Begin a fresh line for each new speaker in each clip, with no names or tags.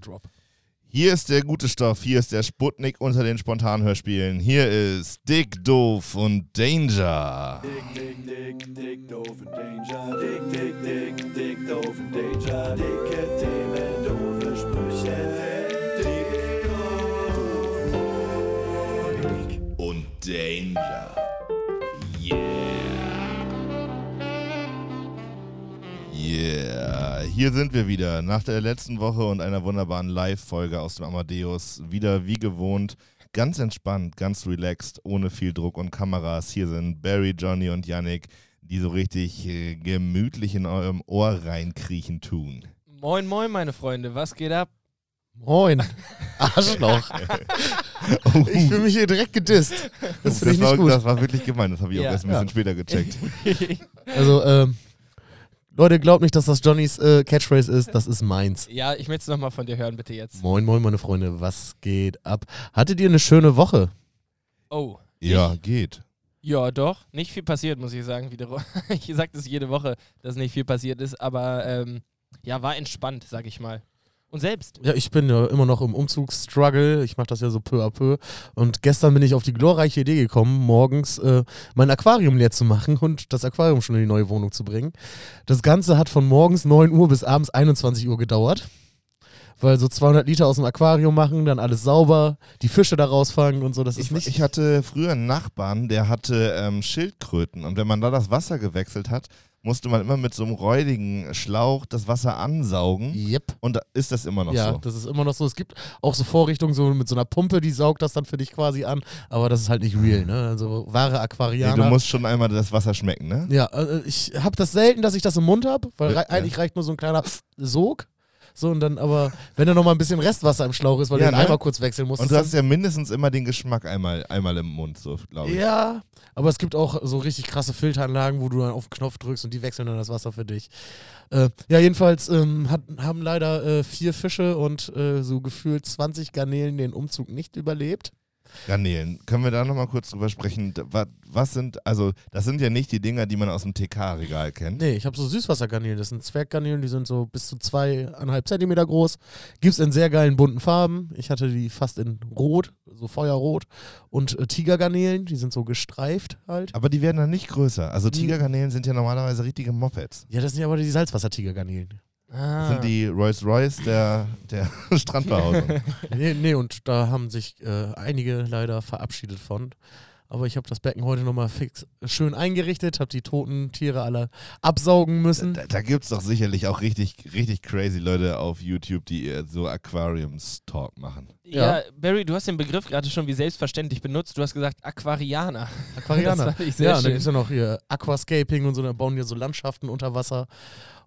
Drop.
Hier ist der gute Stoff, hier ist der Sputnik unter den Spontanhörspielen. Hier ist Dick, Doof und Danger.
Dick, dick, dick, dick, doof und Danger. Dick, dick, dick, dick, doof und Danger. Dicke Themen, doofe Sprüche. Dick, doof und dick.
Und Danger. Yeah. Yeah. Hier sind wir wieder. Nach der letzten Woche und einer wunderbaren Live-Folge aus dem Amadeus. Wieder wie gewohnt. Ganz entspannt, ganz relaxed, ohne viel Druck und Kameras. Hier sind Barry, Johnny und Yannick, die so richtig äh, gemütlich in eurem Ohr reinkriechen tun.
Moin, moin, meine Freunde, was geht ab?
Moin. Arschloch. Ich fühle mich hier direkt gedisst. Das finde ich
war,
nicht gut.
das war wirklich gemein, das habe ich
Ja.
auch erst ein
Ja.
bisschen später gecheckt.
Also, ähm, Leute, glaubt nicht, dass das Johnnys äh, Catchphrase ist. Das ist meins.
ja, ich möchte es nochmal von dir hören, bitte jetzt.
Moin, moin, meine Freunde. Was geht ab? Hattet ihr eine schöne Woche?
Oh.
Ja, geht.
Ja, doch. Nicht viel passiert, muss ich sagen. Wiederum. Ich sage das jede Woche, dass nicht viel passiert ist, aber ähm, ja, war entspannt, sag ich mal. Und selbst.
Ja, ich bin ja immer noch im Umzugsstruggle. Ich mache das ja so peu à peu. Und gestern bin ich auf die glorreiche Idee gekommen, morgens äh, mein Aquarium leer zu machen und das Aquarium schon in die neue Wohnung zu bringen. Das Ganze hat von morgens 9 Uhr bis abends 21 Uhr gedauert. Weil so 200 Liter aus dem Aquarium machen, dann alles sauber, die Fische da rausfangen und so, das ist
Ich,
nicht.
ich hatte früher einen Nachbarn, der hatte ähm, Schildkröten und wenn man da das Wasser gewechselt hat, musste man immer mit so einem räudigen Schlauch das Wasser ansaugen
yep.
und da ist das immer noch
Ja,
so.
das ist immer noch so. Es gibt auch so Vorrichtungen so mit so einer Pumpe, die saugt das dann für dich quasi an, aber das ist halt nicht real, ne? Also wahre
Nee,
Aquarianer.
du musst schon einmal das Wasser schmecken, ne?
Ja, äh, ich habe das selten, dass ich das im Mund habe, weil
Ja,
rei- eigentlich reicht nur so ein kleiner Sog. So, und dann aber, wenn da noch mal ein bisschen Restwasser im Schlauch ist, weil
Ja,
du den
ne?
Eimer kurz wechseln musst.
Und du
das
hast ja mindestens immer den Geschmack einmal, einmal im Mund, so glaube ich.
ja, aber es gibt auch so richtig krasse Filteranlagen, wo du dann auf den Knopf drückst und die wechseln dann das Wasser für dich. Äh, ja, jedenfalls ähm, hat, haben leider äh, vier Fische und äh, so gefühlt 20 Garnelen den Umzug nicht überlebt.
Garnelen, können wir da nochmal kurz drüber sprechen? D- wa- Was sind, also das sind ja nicht die Dinger, die man aus dem TK-Regal kennt.
Nee, ich habe so Süßwassergarnelen. Das sind Zwerggarnelen, die sind so bis zu zweieinhalb Zentimeter groß. Gibt's in sehr geilen bunten Farben. Ich hatte die fast in Rot, so Feuerrot. Und äh, Tigergarnelen, die sind so gestreift halt.
Aber die werden dann nicht größer. Also
Mhm.
Tigergarnelen sind ja normalerweise richtige Mopeds.
Ja, das sind ja aber die Salzwassertigergarnelen.
Das
Ah.
sind die Rolls Royce der, der Strandbehausung.
nee, nee, und da haben sich äh, einige leider verabschiedet von. Aber ich habe das Becken heute nochmal fix äh, schön eingerichtet, habe die toten Tiere alle absaugen müssen.
Da, da gibt es doch sicherlich auch richtig, richtig crazy Leute auf YouTube, die äh, so Aquariums-Talk machen.
Ja. Barry, du hast den Begriff gerade schon wie selbstverständlich benutzt. Du hast gesagt Aquarianer.
Aquarianer.
Das fand ich sehr
ja, ne, und
schön.
dann gibt es ja noch hier Aquascaping und so, da bauen die so Landschaften unter Wasser.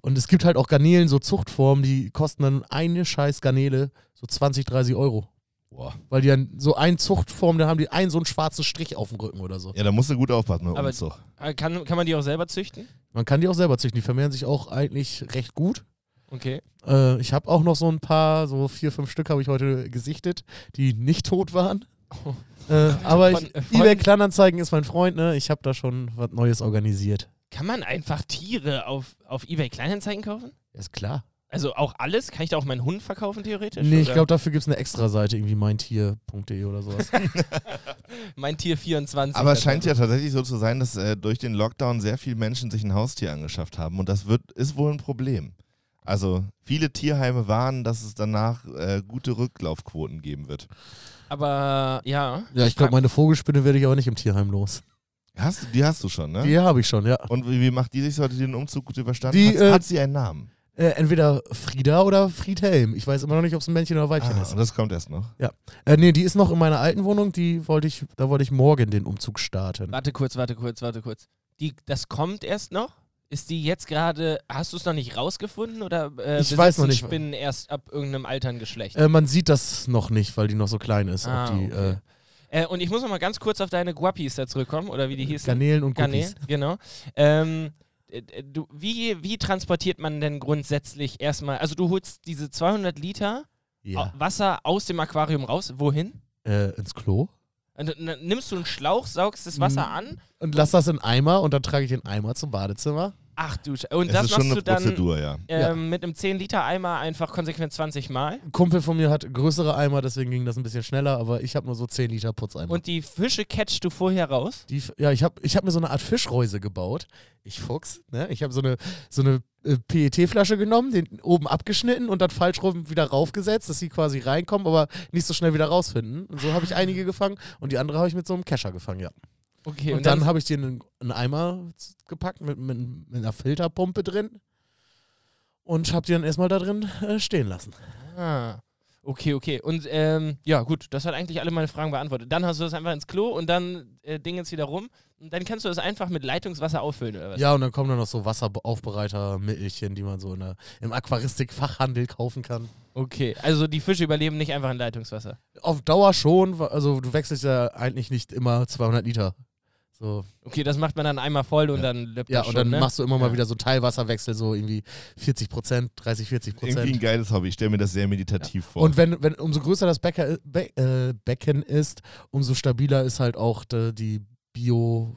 Und es gibt halt auch Garnelen, so Zuchtformen, die kosten dann eine scheiß Garnele so 20, 30 Euro.
Boah.
Weil die dann so einen Zuchtform, da haben die einen so einen schwarzen Strich auf dem Rücken oder so.
Ja, da musst du gut aufpassen mit
Aber-
Umzug.
Äh, Kann, kann man die auch selber züchten?
Man kann die auch selber züchten, die vermehren sich auch eigentlich recht gut.
Okay.
Äh, ich habe auch noch so ein paar, so vier, fünf Stück habe ich heute gesichtet, die nicht tot waren.
Oh.
Äh, aber
Von-
ich,
äh, von-
eBay Kleinanzeigen ist mein Freund, ne? Ich habe da schon was Neues organisiert.
Kann man einfach Tiere auf, auf eBay Kleinanzeigen kaufen?
Ist klar.
Also auch alles? Kann ich da auch meinen Hund verkaufen theoretisch?
Nee, ich
Oder
glaube, dafür gibt es eine extra Seite, irgendwie meintier.de oder sowas.
Mein Tier 24.
Aber es
Also.
scheint ja tatsächlich so zu sein, dass äh, durch den Lockdown sehr viele Menschen sich ein Haustier angeschafft haben und das wird, ist wohl ein Problem. Also viele Tierheime warnen, dass es danach äh, gute Rücklaufquoten geben wird.
Aber ja.
ja, ich glaube, meine Vogelspinne werde ich aber nicht im Tierheim los.
Hast du, die hast du schon, ne?
Die habe ich schon, ja.
Und wie, wie macht die sich heute den Umzug gut überstanden?
Die,
hat,
äh,
hat sie einen Namen?
Äh, entweder Frieda oder Friedhelm. Ich weiß immer noch nicht, ob es ein Männchen oder ein Weibchen
Ah,
ist.
und das kommt erst noch.
Äh, nee, die ist noch in meiner alten Wohnung, die wollte ich, da wollte ich morgen den Umzug starten.
Warte kurz, warte kurz, warte kurz. Die, das kommt erst noch? Ist die jetzt gerade, hast du es noch nicht rausgefunden oder äh,
Ich weiß noch
besitzen
nicht.
Spinnen erst ab irgendeinem alteren Geschlecht?
Äh, man sieht das noch nicht, weil die noch so klein ist.
Ah,
ob die,
okay. Äh, und ich muss noch mal ganz kurz auf deine Guapis da zurückkommen, oder wie die
äh,
hießen?
Garnelen und
Garnelen,
Guppies.
genau. Ähm, äh, äh, du, wie, wie transportiert man denn grundsätzlich erstmal, also du holst diese 200 Liter
Ja.
au- Wasser aus dem Aquarium raus, wohin?
Äh, ins Klo.
Und dann nimmst du einen Schlauch, saugst das Wasser
Mhm.
an
Und lass das in Eimer und dann trage ich den Eimer zum Badezimmer.
Ach du Scheiße. Und
es
das
ist
machst
schon eine
du dann
Prozedur, ja.
ähm,
Ja.
mit einem 10-Liter-Eimer einfach konsequent 20 Mal.
Ein Kumpel von mir hat größere Eimer, deswegen ging das ein bisschen schneller, aber ich habe nur so 10 Liter Putzeimer.
Und die Fische catchst du vorher raus.
Die, F- ja, ich habe ich hab mir so eine Art Fischreuse gebaut. Ich Fuchs, ne? Ich habe so eine, so eine äh, PET-Flasche genommen, den oben abgeschnitten und dann falsch rum wieder raufgesetzt, dass sie quasi reinkommen, aber nicht so schnell wieder rausfinden. Und so habe ich einige gefangen und die andere habe ich mit so einem Kescher gefangen, ja.
Okay,
Und, dann habe ich den in einen Eimer z- gepackt mit, mit, mit einer Filterpumpe drin und habe die dann erstmal da drin äh, stehen lassen.
Ah. Okay, okay. Und ähm, ja, gut, das hat eigentlich alle meine Fragen beantwortet. Dann hast du das einfach ins Klo und dann äh, Ding jetzt wieder rum. Und dann kannst du das einfach mit Leitungswasser auffüllen, oder was?
Ja, und dann kommen dann noch so Wasseraufbereiter-Mittelchen, die man so in der, im Aquaristik-Fachhandel kaufen kann.
Okay, also die Fische überleben nicht einfach in Leitungswasser.
Auf Dauer schon, wa- also du wechselst ja eigentlich nicht immer 200 Liter. So,
Okay, das macht man dann einmal voll und
Ja.
dann löppt
ja,
das
und
schon,
dann
ne?
machst du immer mal
Ja.
wieder so einen Teilwasserwechsel, so irgendwie 40 Prozent, 30, 40
Irgendwie ein
Prozent.
geiles Hobby. Ich stelle mir das sehr meditativ vor.
Und wenn, wenn umso größer das Bäcker, Be äh, Becken ist, umso stabiler ist halt auch de, die Bio.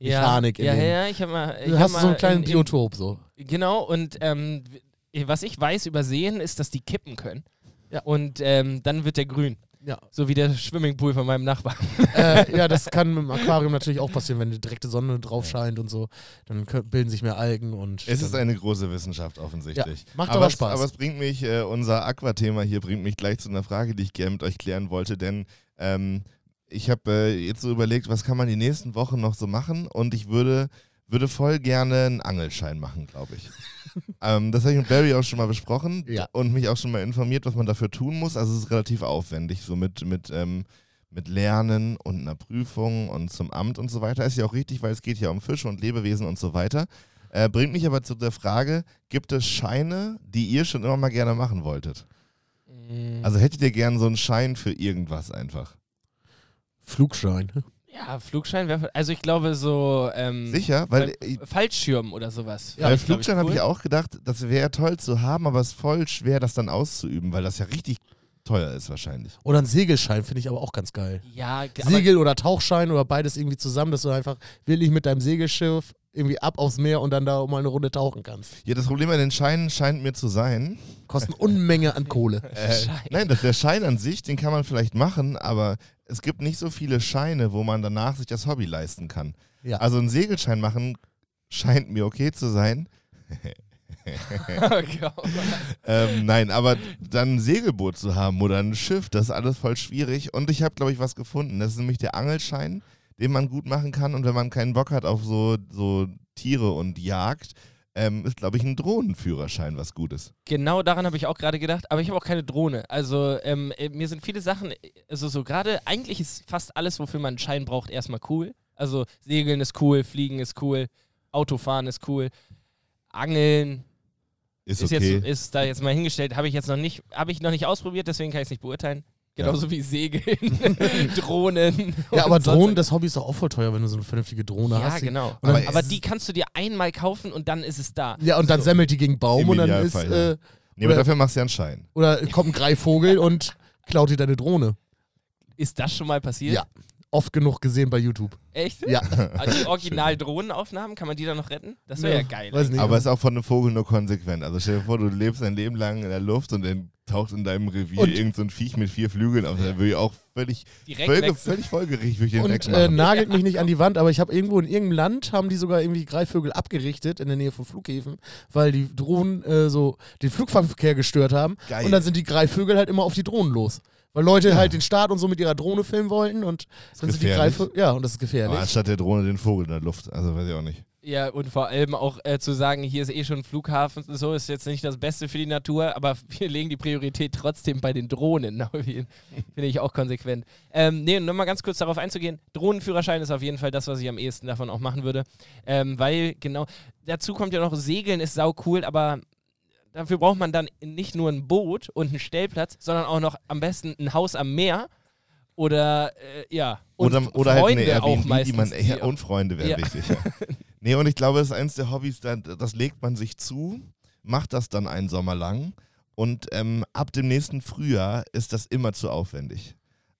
ja.
Mechanik in
Ja, ja,
den-
ja, ich hab mal... Ich
Du
hab
hast
mal
so einen kleinen
in, in,
Biotop so.
Genau, und ähm, w- was ich weiß über Seen ist, dass die kippen können.
Ja.
Und ähm, dann wird der grün.
Ja.
So wie der Swimmingpool von meinem Nachbarn.
äh, ja, das kann im Aquarium natürlich auch passieren, wenn die direkte Sonne drauf scheint und so. Dann kö- bilden sich mehr Algen und.
es ist
dann-
eine große Wissenschaft offensichtlich.
Ja, macht
aber
aber
es,
Spaß.
Aber es bringt mich, äh, unser Aquathema hier bringt mich gleich zu einer Frage, die ich gerne mit euch klären wollte, denn ähm, ich habe äh, jetzt so überlegt, was kann man die nächsten Wochen noch so machen und ich würde, würde voll gerne einen Angelschein machen, glaube ich. ähm, das habe ich mit Barry auch schon mal besprochen
Ja.
und mich auch schon mal informiert, was man dafür tun muss. Also es ist relativ aufwendig, so mit, mit, ähm, mit Lernen und einer Prüfung und zum Amt und so weiter. Ist ja auch richtig, weil es geht ja um Fische und Lebewesen und so weiter. Äh, bringt mich aber zu der Frage, gibt es Scheine, die ihr schon immer mal gerne machen wolltet?
Mhm.
Also hättet ihr gern so einen Schein für irgendwas einfach?
Flugschein.
Ja, Flugschein wäre. Also ich glaube so. Ähm,
Sicher, weil, äh,
Fallschirm oder sowas.
Ja,
weil
Fänd glaub
Flugschein habe
cool.
ich auch gedacht, das wäre toll zu haben, aber es ist voll schwer, das dann auszuüben, weil das ja richtig teuer ist wahrscheinlich.
Oder ein Segelschein finde ich aber auch ganz geil.
Ja, g- aber,
Segel oder Tauchschein oder beides irgendwie zusammen, dass du einfach wirklich mit deinem Segelschiff irgendwie ab aufs Meer und dann da mal eine Runde tauchen kannst.
Ja, das Problem an den Scheinen scheint mir zu sein.
Kosten Unmenge an Kohle.
Äh,
Schein.
nein, dass der Schein an sich, den kann man vielleicht machen, aber es gibt nicht so viele Scheine, wo man danach sich das Hobby leisten kann.
Ja.
Also ein Segelschein machen scheint mir okay zu sein.
oh Gott.
Ähm, nein, aber dann ein Segelboot zu haben oder ein Schiff, das ist alles voll schwierig. Und ich habe, glaube ich, was gefunden. Das ist nämlich der Angelschein, den man gut machen kann. Und wenn man keinen Bock hat auf so, so Tiere und Jagd, ähm, ist, glaube ich, ein Drohnenführerschein was Gutes.
genau daran habe ich auch gerade gedacht, aber ich habe auch keine Drohne. Also ähm, äh, mir sind viele Sachen, äh, also so gerade, eigentlich ist fast alles, wofür man einen Schein braucht, erstmal cool. Also Segeln ist cool, Fliegen ist cool, Autofahren ist cool, Angeln
Ist,
ist,
okay.
jetzt, äh, ist da jetzt mal hingestellt, habe ich jetzt noch nicht, habe ich noch nicht ausprobiert, deswegen kann ich es nicht beurteilen. Genauso wie Segeln, Drohnen. und
Ja, aber
sonst-
Drohnen, das Hobby ist doch auch voll teuer, wenn du so eine vernünftige Drohne
Ja,
hast. Die-
genau.
Und dann,
Aber die kannst du dir einmal kaufen und dann ist es da.
ja, und dann
So.
semmelt die gegen Baum
Im
und dann ist.
Idealfall, ja.
Äh,
nee, aber
oder-
dafür machst du ja einen Schein.
oder kommt ein Greifvogel und klaut dir deine Drohne.
Ist das schon mal passiert?
Ja. Oft genug gesehen bei YouTube.
Echt?
Ja.
Aber Die Original-Drohnenaufnahmen, kann man die dann noch retten? Das wäre ja geil.
Weiß nicht.
Aber ist auch von einem Vogel nur konsequent. Also stell dir vor, du lebst dein Leben lang in der Luft und dann taucht in deinem Revier
Und-
irgend so ein Viech mit vier Flügeln auf. Dann würde ich auch völlig,
Direkt
völlig,
wechseln.
völlig folgerichtig durch den
Und
Dreck
äh,
machen.
nagelt mich nicht an die Wand, aber ich habe irgendwo in irgendeinem Land haben die sogar irgendwie Greifvögel abgerichtet in der Nähe von Flughäfen, weil die Drohnen äh, so den Flugverkehr gestört haben.
Geil.
Und dann sind die Greifvögel halt immer auf die Drohnen los. Weil Leute halt den Start und so mit ihrer Drohne filmen wollten und dann sind die
gefährlich. Ah,
Greifvögel. Ja, und das ist
aber
gefährlich.
anstatt der Drohne den Vogel in der Luft. Also weiß ich auch nicht.
Ja, und vor allem auch äh, zu sagen, hier ist eh schon ein Flughafen, so ist jetzt nicht das Beste für die Natur, aber wir legen die Priorität trotzdem bei den Drohnen. Finde ich auch konsequent. Ähm, nee, und nochmal ganz kurz darauf einzugehen, Drohnenführerschein ist auf jeden Fall das, was ich am ehesten davon auch machen würde. Ähm, weil genau, dazu kommt ja noch, Segeln ist sau cool, aber dafür braucht man dann nicht nur ein Boot und einen Stellplatz, sondern auch noch am besten ein Haus am Meer oder äh, ja. Und
Oder,
F-
oder halt eine
Freunde auch
Airbnb, die
meistens.
man
die
eher
auch-
und Freunde wäre
Ja.
wichtig. Ja. Nee, und ich glaube, das ist eins der Hobbys, da- das legt man sich zu, macht das dann einen Sommer lang und ähm, ab dem nächsten Frühjahr ist das immer zu aufwendig.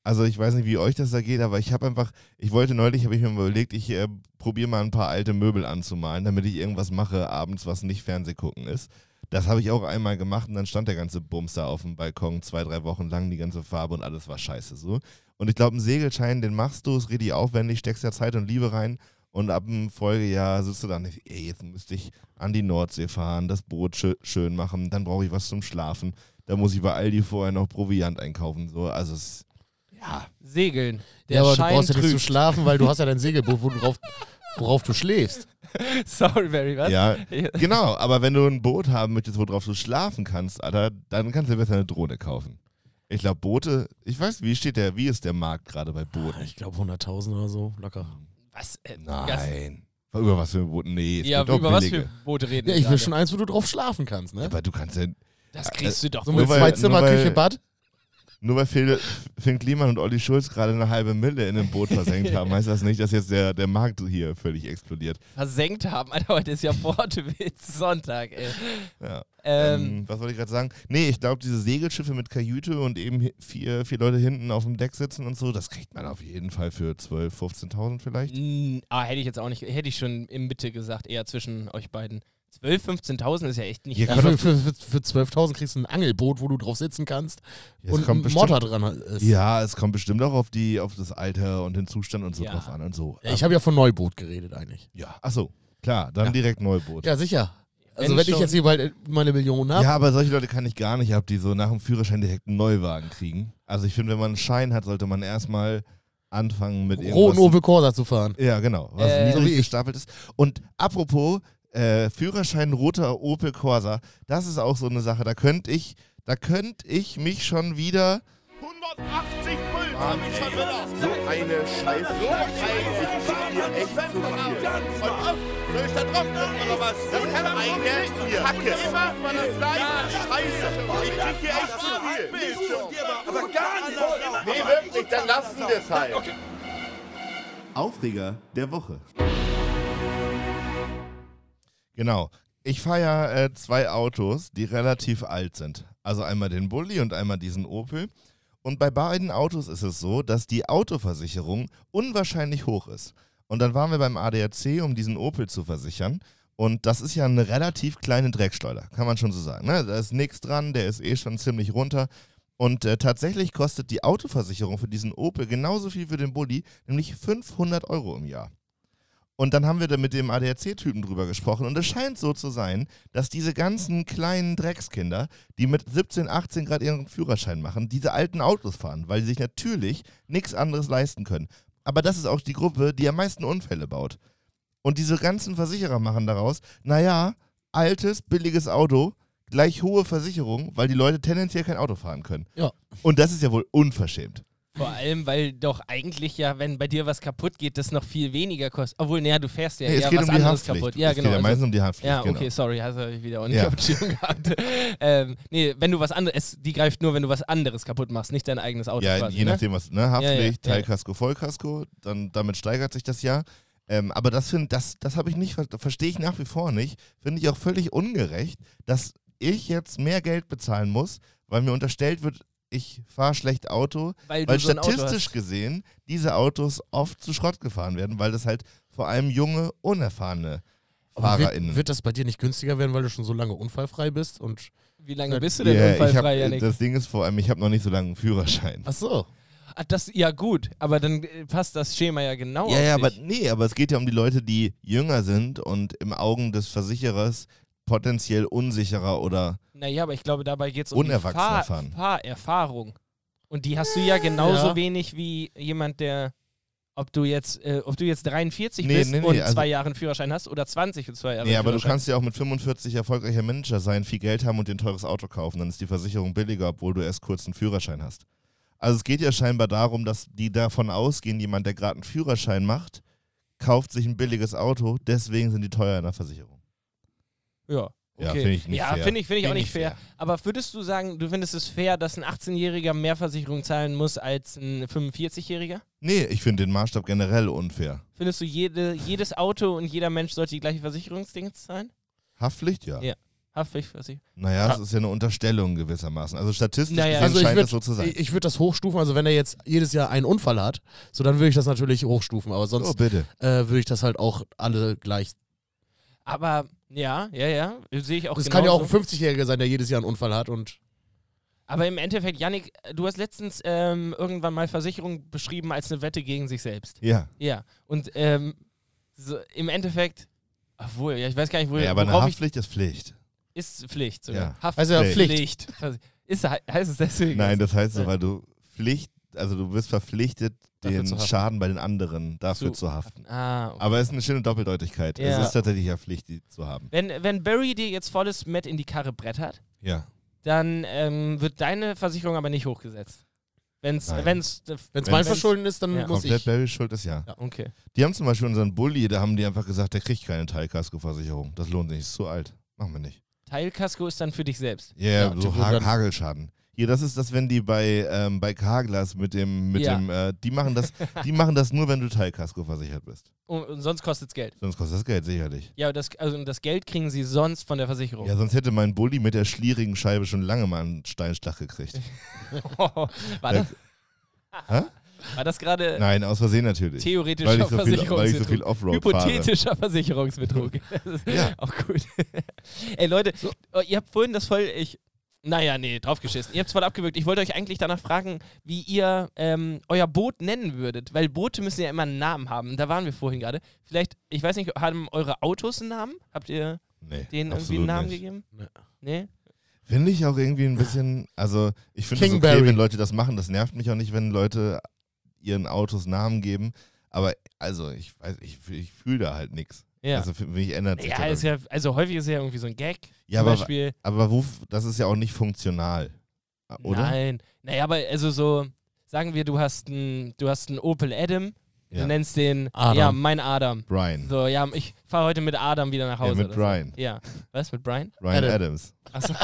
Also ich weiß nicht, wie euch das da geht, aber ich habe einfach, ich wollte neulich, habe ich mir mal überlegt, ich äh, probiere mal ein paar alte Möbel anzumalen, damit ich irgendwas mache abends, was nicht Fernsehgucken ist. Das habe ich auch einmal gemacht und dann stand der ganze Bums da auf dem Balkon zwei, drei Wochen lang, die ganze Farbe und alles war scheiße so. Und ich glaube, einen Segelschein, den machst du, ist richtig aufwendig, steckst ja Zeit und Liebe rein und ab dem Folgejahr sitzt du dann, ey, jetzt müsste ich an die Nordsee fahren, das Boot schö schön machen, dann brauche ich was zum Schlafen, dann muss ich bei Aldi vorher noch Proviant einkaufen, so, also es ja,
Segeln. Der
ja, aber
Schein
du brauchst ja nicht zu
trügt.
schlafen, weil du hast ja dein Segelboot, worauf, worauf du schläfst.
Sorry, Barry, was?
Ja, genau, aber wenn du ein Boot haben möchtest, worauf du schlafen kannst, Alter, dann kannst du besser eine Drohne kaufen. Ich glaube, Boote, ich weiß, wie steht der, wie ist der Markt gerade bei Booten?
Ich glaube 100.000 oder so, locker.
Was? Äh, das-
Nein. Über was für ein Boot? Nee, es
Ja,
gibt auch
über was
billige.
für Boote reden
Ja,
wir
ich will
gerade?
schon eins, wo du drauf schlafen kannst, ne?
Aber du kannst ja, äh,
Das kriegst du doch.
So
wohl.
mit
nur weil-
zwei Zimmer,
nur weil-
Küche, Bad.
nur weil Phil, Finn Kliman und Olli Schulz gerade eine halbe Mille in einem Boot versenkt haben, heißt das nicht, dass jetzt der, der Markt hier völlig explodiert.
versenkt haben. Alter, heute ist ja Wortewitz Sonntag, ey.
Ja.
Ähm,
Ähm, was wollte ich gerade sagen? Nee, ich glaube, diese Segelschiffe mit Kajüte und eben hi- vier, vier Leute hinten auf dem Deck sitzen und so, das kriegt man auf jeden Fall für 12.000, 15.000 vielleicht.
n- ah, hätte ich jetzt auch nicht, hätte ich schon in Mitte gesagt, eher zwischen euch beiden. 12, 15.000 ist ja echt nicht.
Ihr
viel.
könnt
Für, für, für, für 12.000 kriegst du ein Angelboot, wo du drauf sitzen kannst
Ja, es
und ein
kommt bestimmt-
Motor dran ist.
Ja, es kommt bestimmt auch auf, die, auf das Alter und den Zustand und so
Ja.
drauf an und so. Ähm,
Ja, Ich habe ja von Neuboot geredet eigentlich.
ja, achso, klar, dann direkt Neuboot. Ja.
Ja, sicher. Also
Wenn
wenn, ich
schon-
jetzt hier bald meine Millionen habe,
aber solche Leute kann ich gar nicht ab, die so nach dem Führerschein direkt einen Neuwagen kriegen. Also ich finde, wenn man einen Schein hat, sollte man erstmal anfangen mit
roten
irgendwas.
Opel Corsa zu fahren.
Ja, genau, was
Äh,
so wie
niedrig
ich.
gestapelt ist. Und apropos äh, Führerschein roter Opel Corsa, das ist auch so eine Sache, da könnte ich, da könnte ich mich schon wieder
180 Pulver hab ich schon benutzt. So eine Scheiße. So eine echt zu viel. Soll ich da drauf drücken oder was? Das ist eine Kacke. Immer von der gleichen Scheiße. Ich krieg hier echt zu viel. Aber gar nicht. Nee, wirklich, dann lassen wir es halt.
Aufreger der Woche. Genau. Ich fahre ja äh, zwei Autos, die relativ alt sind. Also einmal den Bulli und einmal diesen Opel. Und bei beiden Autos ist es so, dass die Autoversicherung unwahrscheinlich hoch ist. Und dann waren wir beim ADAC, um diesen Opel zu versichern. Und das ist ja eine relativ kleine Drecksteuer, kann man schon so sagen. Ne? Da ist nichts dran, der ist eh schon ziemlich runter. Und äh, tatsächlich kostet die Autoversicherung für diesen Opel genauso viel wie den Bulli, nämlich 500 Euro im Jahr. Und dann haben wir da mit dem ADAC-Typen drüber gesprochen und es scheint so zu sein, dass diese ganzen kleinen Dreckskinder, die mit 17, 18 Grad ihren Führerschein machen, diese alten Autos fahren, weil sie sich natürlich nichts anderes leisten können. Aber das ist auch die Gruppe, die am meisten Unfälle baut. Und diese ganzen Versicherer machen daraus, naja, altes, billiges Auto, gleich hohe Versicherung, weil die Leute tendenziell kein Auto fahren können.
Ja.
Und das ist ja wohl unverschämt.
Vor allem, weil doch eigentlich ja, wenn bei dir was kaputt geht, das noch viel weniger kostet. Obwohl, naja, du fährst ja
Nee, es
eher
geht
was
um die
anderes
Haftpflicht.
kaputt. Ja,
es
genau.
geht ja
also-
meistens um die Haftpflicht.
ja, okay,
Genau.
sorry, hast du wieder
Ja.
auch nicht auf dem Schirm gehabt. ähm, nee, wenn du was anderes, die greift nur, wenn du was anderes kaputt machst, nicht dein eigenes Auto.
Ja,
quasi,
je
ne?
nachdem, was, ne? Haftpflicht,
Ja, ja, ja.
Teilkasko, Vollkasko, dann, damit steigert sich das ja. Ähm, aber das finde das, das habe ich nicht, ver- verstehe ich nach wie vor nicht. Finde ich auch völlig ungerecht, dass ich jetzt mehr Geld bezahlen muss, weil mir unterstellt wird, ich fahre schlecht Auto,
Weil,
weil
du so ein Auto
statistisch
hast.
gesehen diese Autos oft zu Schrott gefahren werden, weil das halt vor allem junge, unerfahrene
Aber
FahrerInnen.
wird, wird das bei dir nicht günstiger werden, weil du schon so lange unfallfrei bist? Und
Wie lange bist du denn
Ja, ich hab- äh,
unfallfrei, Janik?
das Ding ist vor allem, ich habe noch nicht so lange einen Führerschein.
ach so.
Ah, das, ja, gut, aber dann äh, passt das Schema ja genau.
Ja,
auf
ja,
dich.
aber nee, aber es geht ja um die Leute, die jünger sind und im Augen des Versicherers potenziell unsicherer oder
Naja, aber ich glaube, dabei geht es um die
Unerwachsener
Fahr
fahren.
Fahrerfahrung. Und die hast du ja genauso
Ja.
wenig wie jemand, der, ob du jetzt, äh, ob du jetzt 43
Nee,
bist
nee, nee,
und
also-
zwei Jahre einen Führerschein hast oder 20 und zwei Jahre.
Nee,
einen
aber du
Führerschein.
kannst ja auch mit 45 erfolgreicher Manager sein, viel Geld haben und dir ein teures Auto kaufen. Dann ist die Versicherung billiger, obwohl du erst kurz einen Führerschein hast. Also es geht ja scheinbar darum, dass die davon ausgehen, jemand, der gerade einen Führerschein macht, kauft sich ein billiges Auto, deswegen sind die teuer in der Versicherung.
Ja.
Ja,
Okay.
finde ich nicht
ja,
fair.
finde ich, find ich
Find
auch
ich
nicht fair.
fair.
Aber würdest du sagen, du findest es fair, dass ein 18-Jähriger mehr Versicherung zahlen muss als ein 45-Jähriger?
Nee, ich finde den Maßstab generell unfair.
Findest du, jede, jedes Auto und jeder Mensch sollte die gleiche Versicherungsdinge zahlen?
Haftpflicht, ja.
Ja. Haftpflichtversicherung.
Naja,
Ja.
es ist ja eine Unterstellung gewissermaßen. Also statistisch
Naja.
gesehen
Also
scheint
würd-
es so zu sein.
ich- ich würd das hochstufen, also wenn er jetzt jedes Jahr einen Unfall hat, so dann würde ich das natürlich hochstufen, aber sonst
oh, bitte.
äh, würde ich das halt auch alle gleich.
Aber ja, ja, ja, sehe ich auch
Es kann ja auch ein
genauso.
50-Jähriger sein, der jedes Jahr einen Unfall hat und
Aber im Endeffekt, Yannick, du hast letztens ähm, irgendwann mal Versicherung beschrieben als eine Wette gegen sich selbst.
Ja.
Ja. Und ähm, so, im Endeffekt, obwohl, ja, ich weiß gar nicht, wo,
ja, aber eine
worauf ich,
Haftpflicht ist Pflicht.
ist Pflicht.
Ja.
Sogar.
Also ja,
Haftpflicht. Ist, he- heißt es deswegen?
Nein, das heißt so,
Ja.
weil du Pflicht, also du bist verpflichtet,
Dafür
den
zu haften.
Schaden bei den anderen dafür
Zu
zu haften.
Ah, okay.
Aber es ist eine schöne Doppeldeutigkeit.
Ja.
Es ist tatsächlich ja Pflicht, die zu haben.
Wenn, wenn Barry dir jetzt volles Met in die Karre brettert,
Ja.
dann ähm, wird deine Versicherung aber nicht hochgesetzt. Wenn's,
Nein.
wenn's,
wenn es
Wenn's-
mein Verschulden ist, dann
Ja.
muss
Komplett
ich.
Barry schuld ist ja.
okay.
Die haben zum Beispiel unseren Bulli, da haben die einfach gesagt, der kriegt keine Teilkaskoversicherung. Das lohnt sich, ist zu alt. Machen wir nicht.
Teilkasko ist dann für dich selbst.
Yeah,
Ja,
ja, so
die
ha
wurden-
Hagelschaden. Hier, das ist das, wenn die bei, ähm, bei Carglass mit dem, mit
Ja.
dem, äh, die machen das, die machen das nur, wenn du Teilkasko versichert bist.
Und, und sonst kostet's Geld.
Sonst kostet das Geld sicherlich.
Ja, das, also das Geld kriegen sie sonst von der Versicherung.
Ja, sonst hätte mein Bulli mit der schlierigen Scheibe schon lange mal einen Steinschlag gekriegt.
war, das,
Hä?
war das gerade
Nein, aus Versehen natürlich.
theoretischer
Weil ich so viel, weil ich so
Versicherungsbetrug?
viel Offroad fahre.
Hypothetischer Versicherungsbetrug. Das ist
Ja.
Auch gut. Ey Leute, oh, ihr habt vorhin das voll. Ich, naja, nee, draufgeschissen. Ihr habt es voll abgewürgt. Ich wollte euch eigentlich danach fragen, wie ihr ähm, euer Boot nennen würdet, weil Boote müssen ja immer einen Namen haben. Da waren wir vorhin gerade. Vielleicht, ich weiß nicht, haben eure Autos einen Namen? Habt ihr
Nee,
denen irgendwie
absolut
einen Namen
nicht.
gegeben?
Nee.
Nee?
Finde ich auch irgendwie ein bisschen, also ich finde es okay,
Kingberry.
wenn Leute das machen. Das nervt mich auch nicht, wenn Leute ihren Autos Namen geben. Aber also ich weiß, ich, ich fühle da halt nichts.
Ja.
Also für mich ändert sich
ja,
das.
ist ja, also häufig ist ja irgendwie so ein Gag.
Ja,
Zum
aber-
Beispiel,
aber wo, das ist ja auch nicht funktional, oder?
Nein. Naja, aber also so, sagen wir, du hast einen du hast einen Opel Adam,
Ja.
du nennst den
Adam.
Ja, mein Adam.
Brian.
So, ja, ich fahre heute mit Adam wieder nach Hause.
ja, mit
oder so.
Brian.
Ja. Was? Mit Brian?
Brian
Adam.
Adams.
Achso.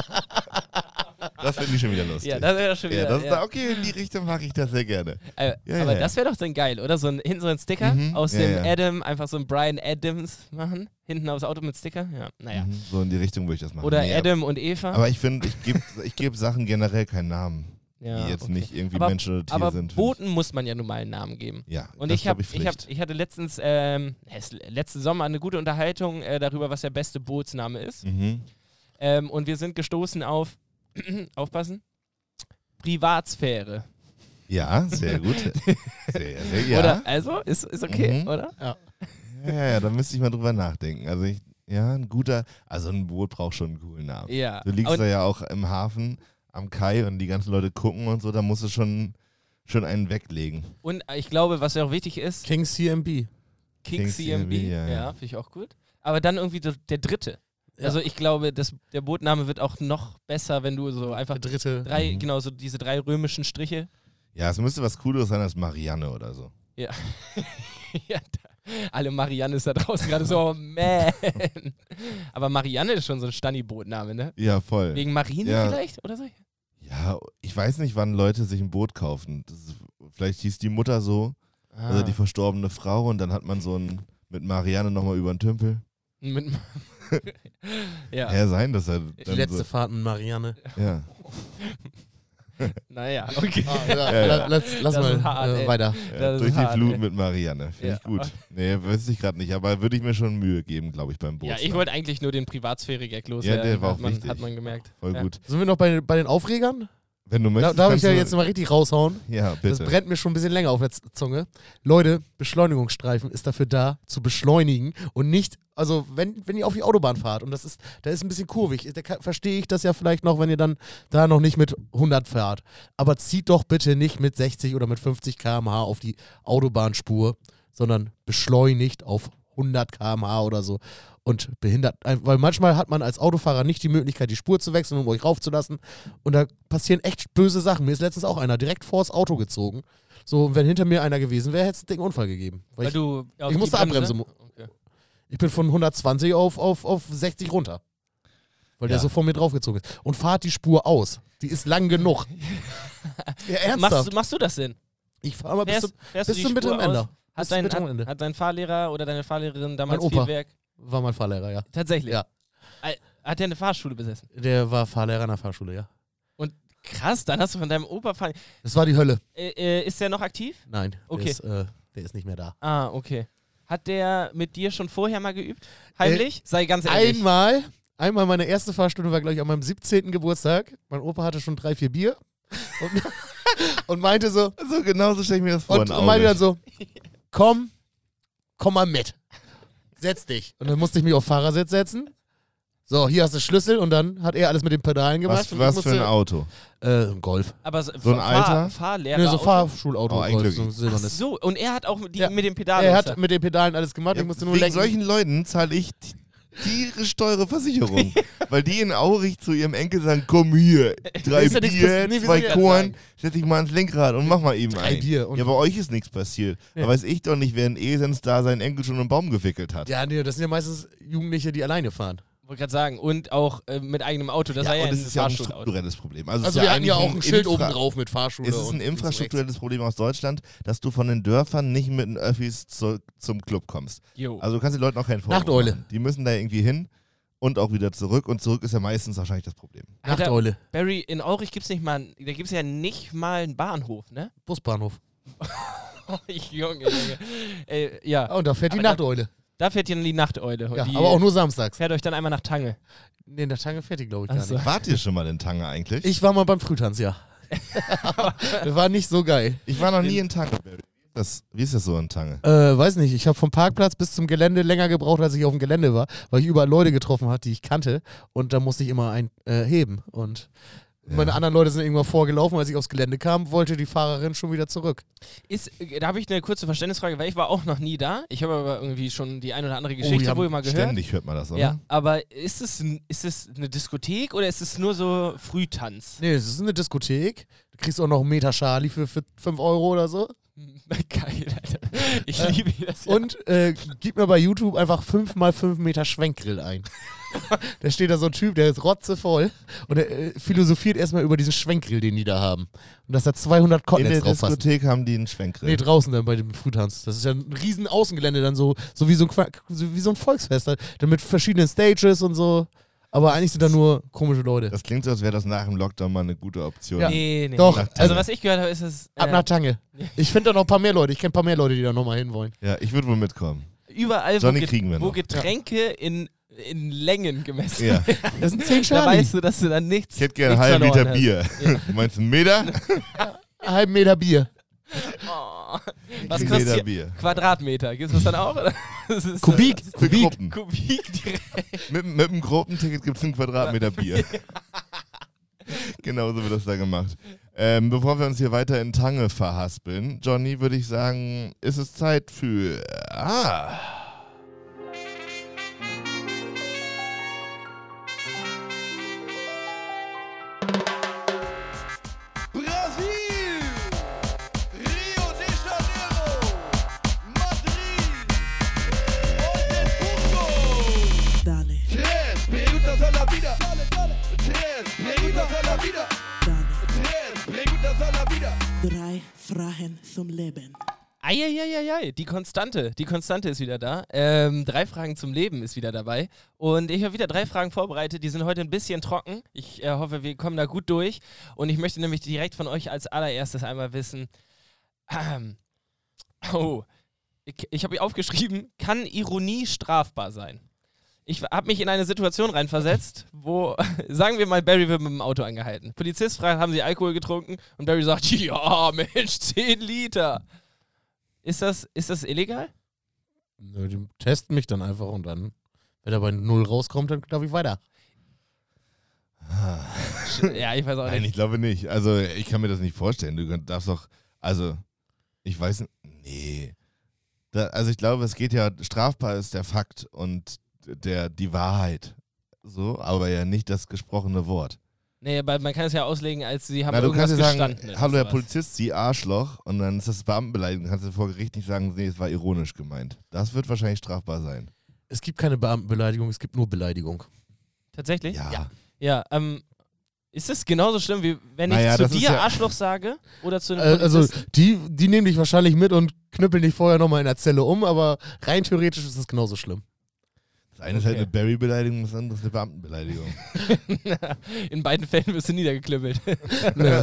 Das finde ich schon wieder lustig.
ja, das wäre doch schon wieder.
Ja, das ist
ja.
okay, in die Richtung mache ich das sehr gerne.
Äh,
ja,
aber
ja.
das wäre doch dann geil, oder? So ein, hinten so ein Sticker
Mhm.
aus
Ja,
dem
ja.
Adam, einfach so ein Brian Adams machen. Hinten aufs Auto mit Sticker. Ja, naja.
Mhm, So in die Richtung würde ich das machen.
Oder
Nee,
Adam und Eva.
Aber ich finde, ich gebe ich geb Sachen generell keinen Namen,
ja,
die jetzt
okay.
nicht irgendwie
Aber-
Menschen oder Tiere
Aber
sind. find
Booten muss man ja nun mal einen Namen geben.
ich. Ja,
Und
das
ich, hab,
glaub
ich, hab,
Pflicht.
ich hatte letztens, ähm, es- letzten Sommer eine gute Unterhaltung äh, darüber, was der beste Bootsname ist.
mhm.
Ähm, und wir sind gestoßen auf, aufpassen, Privatsphäre.
Ja, sehr gut. sehr, sehr, ja.
Oder? Also, ist, ist okay,
Mhm.
oder?
ja, ja, da müsste ich mal drüber nachdenken. Also ich, ja, ein guter, also ein Boot braucht schon einen coolen Namen.
Ja.
Du liegst
und,
da ja auch im Hafen am Kai und die ganzen Leute gucken und so, da musst du schon, schon einen weglegen.
und äh, ich glaube, was ja auch wichtig ist,
King CMB.
King,
King
CMB,
CMB, ja,
ja,
ja.
finde ich auch gut. Aber dann irgendwie der, der dritte.
Ja.
Also ich glaube, das, der Bootname wird auch noch besser, wenn du so einfach
Der dritte.
drei,
Mhm.
genau, so diese drei römischen Striche
Ja, es müsste was Cooles sein als Marianne oder so.
ja, da, alle Marianne ist da draußen gerade so, oh man. Aber Marianne ist schon so ein Stani-Bootname, ne?
Ja, voll.
Wegen Marine
Ja.
vielleicht oder so?
Ja, ich weiß nicht, wann Leute sich ein Boot kaufen. Das ist, vielleicht hieß die Mutter so,
Ah,
also die verstorbene Frau, und dann hat man so ein mit Marianne nochmal über den Tümpel.
Mit, ja,
Ja, sein, dass er dann
Die letzte Fahrt mit Marianne.
so, ja.
naja, okay.
Ah, ja.
La- Lass,
Das
lass
ist
mal
hart,
äh,
ey.
weiter.
ja
Das ist
durch die
hart,
Flut
ey.
mit Marianne. Finde ich
Ja.
gut. Nee, wüsste ich gerade nicht, aber würde ich mir schon Mühe geben, glaube ich, beim Boot.
Ja, ich wollte eigentlich nur den Privatsphäre-Gag loswerden.
Ja, der war auch
hat, man,
wichtig.
hat man gemerkt.
Voll
ja.
gut.
Sind wir noch bei, bei den Aufregern?
Wenn du
Da,
möchtest.
da habe ich
kannst
ja
du-
jetzt mal richtig raushauen.
Ja,
Das
bitte.
brennt mir schon ein bisschen länger auf der Z- Zunge. Leute, Beschleunigungsstreifen ist dafür da, zu beschleunigen und nicht, also wenn, wenn ihr auf die Autobahn fahrt und das ist, da ist ein bisschen kurvig, da kann- verstehe ich das ja vielleicht noch, wenn ihr dann da noch nicht mit 100 fahrt. Aber zieht doch bitte nicht mit 60 oder mit 50 km/h auf die Autobahnspur, sondern beschleunigt auf 100 km/h oder so. Und behindert, ein- weil manchmal hat man als Autofahrer nicht die Möglichkeit, die Spur zu wechseln, um euch raufzulassen. Und da passieren echt böse Sachen. Mir ist letztens auch einer direkt vors Auto gezogen. So, und wenn hinter mir einer gewesen wäre, hätte es einen dicken Unfall gegeben. Weil
Weil
ich,
du auf
ich
die
musste
Bremse-
abbremsen. mu-
Okay.
Ich bin von 120 auf, auf, auf 60 runter. Weil der
Ja.
so vor mir draufgezogen ist. Und fahrt die Spur aus. Die ist lang genug. ja,
Machst,
ernsthaft.
du- machst du das denn?
Ich fahre mal bis
Fährst,
zum,
fährst
bis
du die
zum
Spur
bitteren
aus?
Ende. Bis
Hat
zum
dein,
bitteren Ende.
hat, hat dein Fahrlehrer oder deine Fahrlehrerin damals
Opa.
viel Werk?
War mein Fahrlehrer, ja.
Tatsächlich?
Ja.
Al- Hat der eine Fahrschule besessen?
Der war Fahrlehrer an der Fahrschule, ja.
Krass, dann hast du von deinem Opa Fahr
Das war die Hölle.
äh, äh, Ist der noch aktiv?
Nein,
Okay.
der, ist, äh, der ist nicht mehr da.
Ah, okay. Hat der mit dir schon vorher mal geübt? Heimlich? Sei ganz ehrlich.
Einmal, einmal meine erste Fahrstunde war, glaube ich, an meinem 17. Geburtstag. Mein Opa hatte schon drei, vier Bier und, und meinte so,
So, genauso stelle ich mir das vor.
und,
in
und meinte dann
Aurich.
so, komm, komm mal mit. Setz dich. Und dann musste ich mich auf Fahrersitz setzen. So, hier hast du Schlüssel und dann hat er alles mit den Pedalen gemacht.
was,
und ich
was für ein
musste-
Auto?
Äh, ein Golf.
Aber so,
ein Alter?
Fahr Fahrlehrer.
Ne, so
Auto?
Fahrschulauto.
Oh, ein
Golf,
Glück.
so ein
Ach
silbernes.
so, und er hat auch die,
Ja.
mit den Pedalen.
Er
da-
hat mit den Pedalen alles gemacht, ich musste nur
wegen
lenken.
solchen Leuten zahle ich t- tierisch teure Versicherung. weil die in Aurich zu ihrem Enkel sagen, komm hier, drei
Ist ja nichts
Bier,
passiert. Nee, wieso
zwei
die das
Korn,
sagen?
setz dich mal ans Lenkrad und mach mal eben
Drei
ein.
Bier und-
ja, bei euch ist nichts passiert.
Ja.
Aber weiß ich doch nicht, wer in Esens da seinen Enkel schon im Baum gewickelt hat.
Ja, nee, das sind ja meistens Jugendliche, die alleine fahren.
Wollte gerade sagen. Und auch äh, mit eigenem Auto. Das war ja
und es
ein
ist ja auch ein
Fahrschulauto.
strukturelles Problem. Also, es
Also
ist
wir hatten ja
eigentlich
auch ein Schild
Infra-
oben drauf mit Fahrschule.
Es ist ein
und links und rechts.
infrastrukturelles Problem aus Deutschland, dass du von den Dörfern nicht mit den Öffis zu, zum Club kommst.
Jo.
Oh.
Also du kannst den Leuten auch keinen Vorwurf
Nachteule.
machen. Die müssen da irgendwie hin und auch wieder zurück. Und zurück ist ja meistens wahrscheinlich das Problem.
Alter,
Nachteule,
Barry, in Aurich gibt's nicht mal, einen- da gibt's ja nicht mal einen Bahnhof, ne?
Busbahnhof.
Ich, Junge, Junge. Äh, ja,
Ah, und da fährt die
Aber da-
Nachteule.
da fährt ihr dann die Nachteule. Und
Ja,
die
aber auch nur samstags.
fährt euch dann einmal nach Tange.
Nee, in der Tange fährt die, glaube ich,
Ach
gar
so.
nicht.
Wart ihr schon mal in Tange eigentlich?
Ich war mal beim Frühtanz, ja. das war nicht so geil.
Ich war noch nie in Tange. Barry. Das, wie ist das so in Tange?
Äh, weiß nicht, ich habe vom Parkplatz bis zum Gelände länger gebraucht, als ich auf dem Gelände war, weil ich überall Leute getroffen habe, die ich kannte. Und da musste ich immer ein äh, heben. Und meine anderen Leute sind irgendwann vorgelaufen, als ich aufs Gelände kam, wollte die Fahrerin schon wieder zurück.
Ist, äh, da habe ich eine kurze Verständnisfrage, weil ich war auch noch nie da. Ich habe aber irgendwie schon die ein oder andere
die
Geschichte
haben
wohl mal gehört.
Oh, Ständig hört man das, oder?
Ja, aber ist es, ein- ist es eine Diskothek oder ist es nur so Frühtanz?
Nee, es ist eine Diskothek. Du kriegst auch noch einen Meter Charlie für, für 5 Euro oder so.
Geil, Alter. Ich liebe das. ja.
Und äh, gib mir bei YouTube einfach 5 mal 5 Meter Schwenkgrill ein. da steht da so ein Typ, der ist rotzevoll und der äh, philosophiert erstmal über diesen Schwenkgrill, den die da haben. Und dass da 200
In der
Kotlets drauf passen.
Diskothek haben die einen Schwenkgrill.
Nee, draußen dann bei dem Frühtanz. Das ist ja ein riesen Außengelände dann so, so wie so ein, Qua- so wie so ein Volksfest. Halt. Dann mit verschiedenen Stages und so. Aber eigentlich sind da nur komische Leute.
das klingt so, als wäre das nach dem Lockdown mal eine gute Option.
Ja.
nee, nee.
Doch,
Also,
also
was ich gehört habe, ist es.
ab
Äh,
nach Tange. Ich finde da noch ein paar mehr Leute. Ich kenne ein paar mehr Leute, die da nochmal hinwollen.
Ja, ich würde wohl mitkommen.
überall, wo,
Johnny
Get-
kriegen wir
genau.
wo
noch.
Getränke in, in Längen gemessen
Ja.
Das sind 10
Da
Charlie.
weißt du, dass du dann nichts.
Ich hätte gerne einen
nichts
halben Liter
verloren
Bier. Meinst du einen Meter?
Einen halben Meter Bier.
hast. Oh. Was
Einen
kostet
Meter
hier?
Bier.
Quadratmeter. Gibt's das dann auch? Oder? Das ist,
Kubik.
Für Gruppen.
Äh, Kubik direkt.
Mit, mit einem Gruppenticket gibt es einen Quadratmeter Bier. Genauso wird das da gemacht. Ähm, bevor wir uns hier weiter in Tange verhaspeln, Johnny, würde ich sagen, ist es Zeit für. Ah!
Brasil! Rio de Janeiro! Madrid! Otepuco!
Dale,
Tres preguntas a la vida! Tres preguntas a la vida!
dale.
Tres preguntas a la vida!
Drei Fragen zum Leben.
Eieieiei, die Konstante. Die Konstante ist wieder da. Ähm, drei Fragen zum Leben ist wieder dabei. Und ich habe wieder drei Fragen vorbereitet. Die sind heute ein bisschen trocken. Ich äh, hoffe, wir kommen da gut durch. Und ich möchte nämlich direkt von euch als allererstes einmal wissen. Ähm, oh, ich, ich habe hier aufgeschrieben, kann Ironie strafbar sein? Ich habe mich in eine Situation reinversetzt, wo, sagen wir mal, Barry wird mit dem Auto angehalten. Polizist fragt, haben Sie Alkohol getrunken? Und Barry sagt, ja, Mensch, 10 Liter. Ist das, ist das illegal?
Nö, Äh, die testen mich dann einfach und dann, wenn er bei Null rauskommt, dann darf ich weiter.
Sch- ja, ich weiß auch
Nein,
nicht.
ich glaube nicht. Also, ich kann mir das nicht vorstellen. Du könnt- darfst doch. Also, ich weiß nicht. Nee. Da, also, ich glaube, es geht ja. Strafbar ist der Fakt und der, die Wahrheit. So, aber ja nicht das gesprochene Wort.
Nee, aber man kann es ja auslegen, als sie haben
Na, du
irgendwas
kannst ja sagen,
gestanden. oder
hallo Herr
sowas.
Polizist, Sie Arschloch, und dann ist das Beamtenbeleidigung. Kannst du vor Gericht nicht sagen, nee, es war ironisch gemeint. Das wird wahrscheinlich strafbar sein.
Es gibt keine Beamtenbeleidigung, es gibt nur Beleidigung.
Tatsächlich?
Ja.
Ja, ähm, ist das genauso schlimm, wie wenn
Naja,
ich zu
das ist
dir
ja-
Arschloch sage oder zu
Äh,
einem
also
Polizisten?
die, die nehmen dich wahrscheinlich mit und knüppeln dich vorher nochmal in der Zelle um, aber rein theoretisch ist es genauso schlimm.
Das eine ist halt
Okay.
eine Barry-Beleidigung, das andere ist eine Beamtenbeleidigung.
In beiden Fällen wirst du niedergeklüppelt.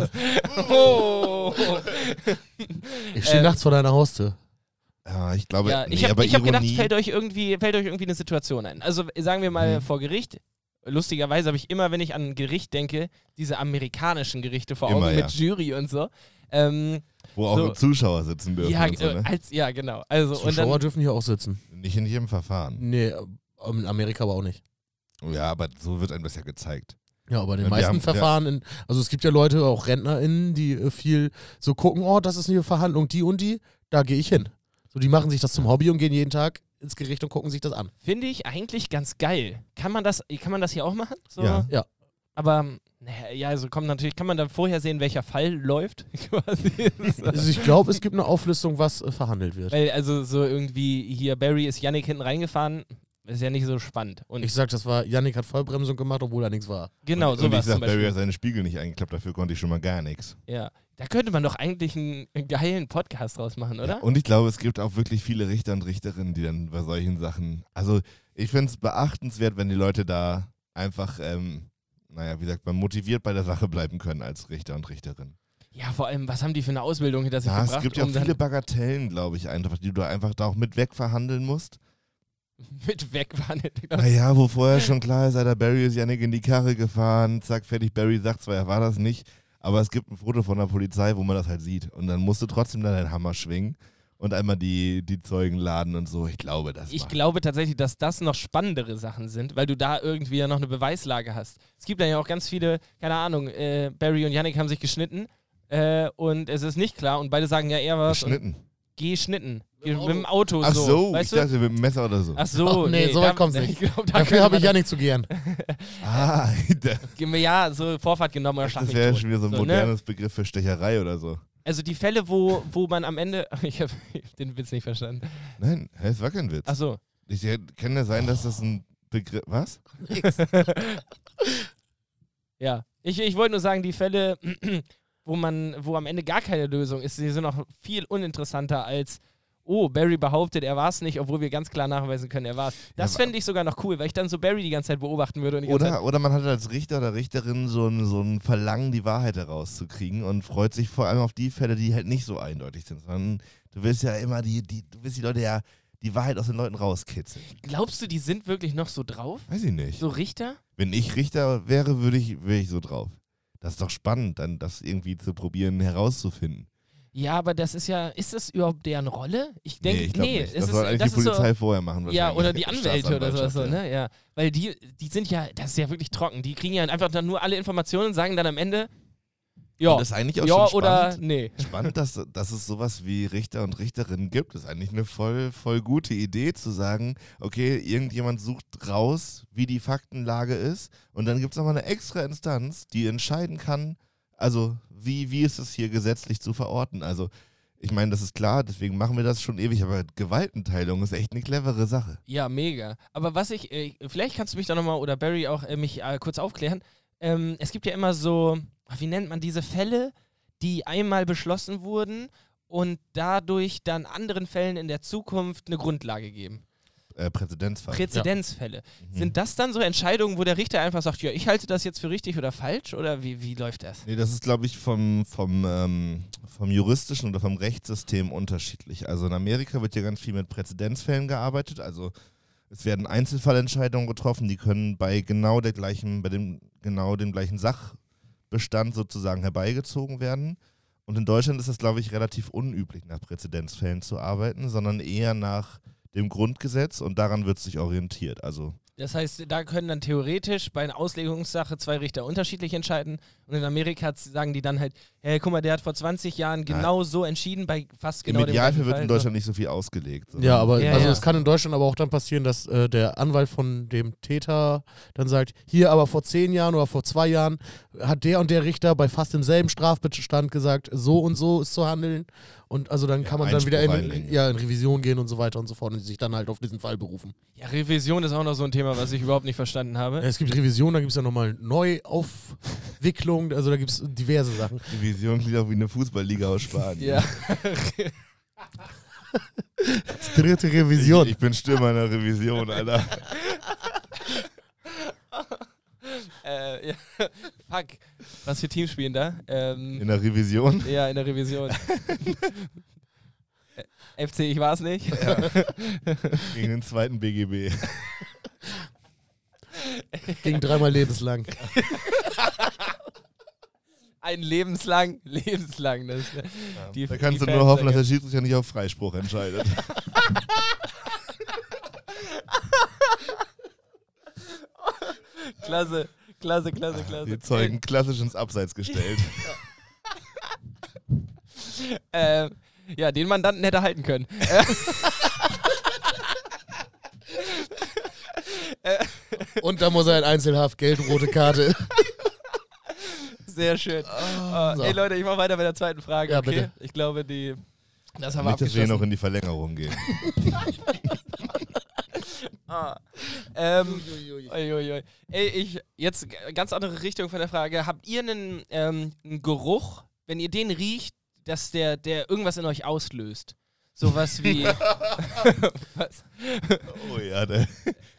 oh.
Ich stehe
Äh,
nachts vor deiner Haustür.
ja, ich glaube,
ja,
nee,
ich habe
aber
hab gedacht,
Ironie-
fällt euch, irgendwie, fällt euch irgendwie eine Situation ein. Also sagen wir mal
Mhm.
vor Gericht. Lustigerweise habe ich immer, wenn ich an ein Gericht denke, diese amerikanischen Gerichte vor Augen
Immer, ja.
mit Jury und so. Ähm,
wo auch
so-
Zuschauer sitzen dürfen.
ja,
und so,
äh,
ne?
als, ja, genau. Also, und
Zuschauer
dann,
dürfen hier auch sitzen.
nicht, nicht im Verfahren. Oh
Nee, ähm, in Amerika aber auch nicht.
Ja, aber so wird einem das ja gezeigt.
Ja, aber in
Ja, wir
den meisten
haben-
Verfahren, in, also es gibt ja Leute, auch RentnerInnen, die äh, viel so gucken, oh, das ist eine Verhandlung, die und die, da gehe ich hin. So, die machen sich das zum Hobby und gehen jeden Tag ins Gericht und gucken sich das an.
finde ich eigentlich ganz geil. Kann man das, kann man das hier auch machen? So,
Ja.
Ja.
Aber naja, ja, also kommt natürlich, kann man dann vorher sehen, welcher Fall läuft, quasi.
Also ich glaube, es gibt eine Auflistung, was äh, verhandelt wird.
Weil, also so irgendwie hier, Barry ist Yannick hinten reingefahren, ist ja nicht so spannend. Und
Ich sag, das war, Yannick hat Vollbremsung gemacht, obwohl da nichts war.
genau,
und, und ich
sowas
sag,
zum
Barry
Beispiel.
hat seine Spiegel nicht eingeklappt, dafür konnte ich schon mal gar nichts.
Ja. Da könnte man doch eigentlich einen, einen geilen Podcast draus machen, oder?
Ja, und ich glaube, es gibt auch wirklich viele Richter und Richterinnen, die dann bei solchen Sachen. Also, ich finde es beachtenswert, wenn die Leute da einfach, ähm, naja, wie sagt man, motiviert bei der Sache bleiben können als Richter und Richterin.
Ja, vor allem, was haben die für eine Ausbildung hinter sich
Ja,
gebracht?
es gibt ja
um
viele
dann
Bagatellen, glaube ich, einfach, die du einfach da auch mit wegverhandeln musst.
mit weg waren.
Naja, wo vorher schon klar ist, Alter, Barry ist Janik in die Karre gefahren, zack, fertig, Barry sagt zwar, er war das nicht, aber es gibt ein Foto von der Polizei, wo man das halt sieht. Und dann musst du trotzdem dann deinen Hammer schwingen und einmal die, die Zeugen laden und so. Ich glaube, das
Ich
macht-
glaube tatsächlich, dass das noch spannendere Sachen sind, weil du da irgendwie ja noch eine Beweislage hast. Es gibt dann ja auch ganz viele, keine Ahnung, äh, Barry und Yannick haben sich geschnitten äh, und es ist nicht klar und beide sagen ja, er war
geschnitten.
geschnitten. Ge mit dem Auto
Ach
so.
so, ich
weißt du?
dachte mit dem Messer oder so.
Ach so,
Oh, nee, so weit kommt's
Ich
nicht.
glaub, da
Dafür
könnte
habe ich
man-
Yannick zu gern.
Ah, das,
Gib mir ja so Vorfahrt genommen oder schlag
das
mich
wäre
äh, tot.
schon wieder so ein
So, ne?
modernes Begriff für Stecherei oder so.
Also die Fälle, wo, wo man am Ende. Ich habe den Witz nicht verstanden.
Nein, hä, es war kein Witz.
Ach so.
Ich, äh, kann ja sein, dass das ein Begriff. Was?
Ja. Ich, ich wollte nur sagen, die Fälle, wo man, wo am Ende gar keine Lösung ist, die sind noch viel uninteressanter als. Oh, Barry behauptet, er war es nicht, obwohl wir ganz klar nachweisen können, er war es. Das
wa-
fände ich sogar noch cool, weil ich dann so Barry die ganze Zeit beobachten würde. Und die ganze Zeit,
Oder, oder man hat als Richter oder Richterin so ein, so ein Verlangen, die Wahrheit herauszukriegen und freut sich vor allem auf die Fälle, die halt nicht so eindeutig sind, sondern du willst ja immer die, die, du willst die Leute ja die Wahrheit aus den Leuten rauskitzeln.
glaubst du, die sind wirklich noch so drauf?
Weiß ich nicht.
So Richter?
Wenn ich Richter wäre, würde ich, wäre ich so drauf. Das ist doch spannend, dann das irgendwie zu probieren, herauszufinden.
Ja, aber das ist ja, ist das überhaupt deren Rolle? Ich denke, nee,
ich glaube nicht.
es
Das
ist,
soll eigentlich
das
die
ist so,
Polizei vorher machen.
ja, oder die
wahrscheinlich.
Anwälte oder sowas, so,
Staatsanwaltschaft,
ne? Ja, weil die, die sind ja, das ist ja wirklich trocken. Die kriegen ja einfach dann nur alle Informationen und sagen dann am Ende,
ja.
ja,
Und das ist eigentlich auch
ja
schon
oder
spannend.
nee.
Spannend, dass, dass es sowas wie Richter und Richterinnen gibt. Das ist eigentlich eine voll, voll gute Idee zu sagen, okay, irgendjemand sucht raus, wie die Faktenlage ist. Und dann gibt es nochmal eine extra Instanz, die entscheiden kann, also wie, wie ist es hier gesetzlich zu verorten. Also ich meine, das ist klar, deswegen machen wir das schon ewig, aber Gewaltenteilung ist echt eine clevere Sache.
Ja, mega. Aber was ich, äh, vielleicht kannst du mich da nochmal oder Barry auch äh, mich äh, kurz aufklären. Ähm, es gibt ja immer so, ach, wie nennt man diese Fälle, die einmal beschlossen wurden und dadurch dann anderen Fällen in der Zukunft eine Grundlage geben.
Äh, Präzedenzfall. Hm.
Präzedenzfälle.
Mhm.
Sind das dann so Entscheidungen, wo der Richter einfach sagt, ja, ich halte das jetzt für richtig oder falsch? Oder wie, wie läuft das?
Nee, das ist, glaube ich, vom, vom, ähm, vom juristischen oder vom Rechtssystem unterschiedlich. Also in Amerika wird ja ganz viel mit Präzedenzfällen gearbeitet. Also es werden Einzelfallentscheidungen getroffen, die können bei genau der gleichen, bei dem genau dem gleichen Sachbestand sozusagen herbeigezogen werden. Und in Deutschland ist das, glaube ich, relativ unüblich, nach Präzedenzfällen zu arbeiten, sondern eher nach dem Grundgesetz und daran wird sich orientiert. Also
Das heißt, da können dann theoretisch bei einer Auslegungssache zwei Richter unterschiedlich entscheiden. Und in Amerika z- sagen die dann halt, hey, guck mal, der hat vor 20 Jahren genau so entschieden, bei fast genau
im
dem
Idealfall
gleichen
wird
Fall.
in Deutschland nicht so viel ausgelegt. sondern-
Ja, aber
Ja,
also
ja.
es kann in Deutschland aber auch dann passieren, dass äh, der Anwalt von dem Täter dann sagt, hier aber vor zehn Jahren oder vor zwei Jahren hat der und der Richter bei fast demselben Strafbestand gesagt, so und so ist zu handeln. Und also dann kann man dann
Einspruch
wieder in,
einlegen.
ja, in Revision gehen und so weiter und so fort und sich dann halt auf diesen Fall berufen.
Ja, Revision ist auch noch so ein Thema, was ich überhaupt nicht verstanden habe.
Es gibt Revision, da gibt es ja nochmal Neuaufwicklung, also da gibt es diverse Sachen.
Division klingt auch wie eine Fußballliga aus Spanien.
Ja.
Dritte Revision.
Ich, ich bin Stürmer in der Revision, Alter.
Äh, ja. Fuck. Was für Teams spielen da? Ähm,
In der Revision?
ja, in der Revision. Äh, FC, ich war's nicht.
Gegen den zweiten BGB.
Ging dreimal lebenslang.
Ein lebenslang, lebenslang. Das, die,
da kannst
die
du nur
Fans-
hoffen, dass der Schiedsrichter nicht auf Freispruch entscheidet.
Klasse, klasse, klasse, klasse.
Die Zeugen klassisch ins Abseits gestellt.
Ähm, ja, den Mandanten hätte halten können.
Und da muss er in Einzelhaft Geld, rote Karte.
Sehr schön. Äh,
Ah,
so.
Ey Leute, ich mache weiter mit der zweiten Frage.
Ja,
okay?
bitte.
Ich glaube, die. Das haben wir
Nicht, dass wir hier
abgeschlossen.
noch in die Verlängerung gehen.
Ah. Ähm, uiuiui. Ey, ich, jetzt g- ganz andere Richtung von der Frage. Habt ihr einen, ähm, einen Geruch, wenn ihr den riecht, dass der, der irgendwas in euch auslöst? Sowas wie. was?
Oh ja, der,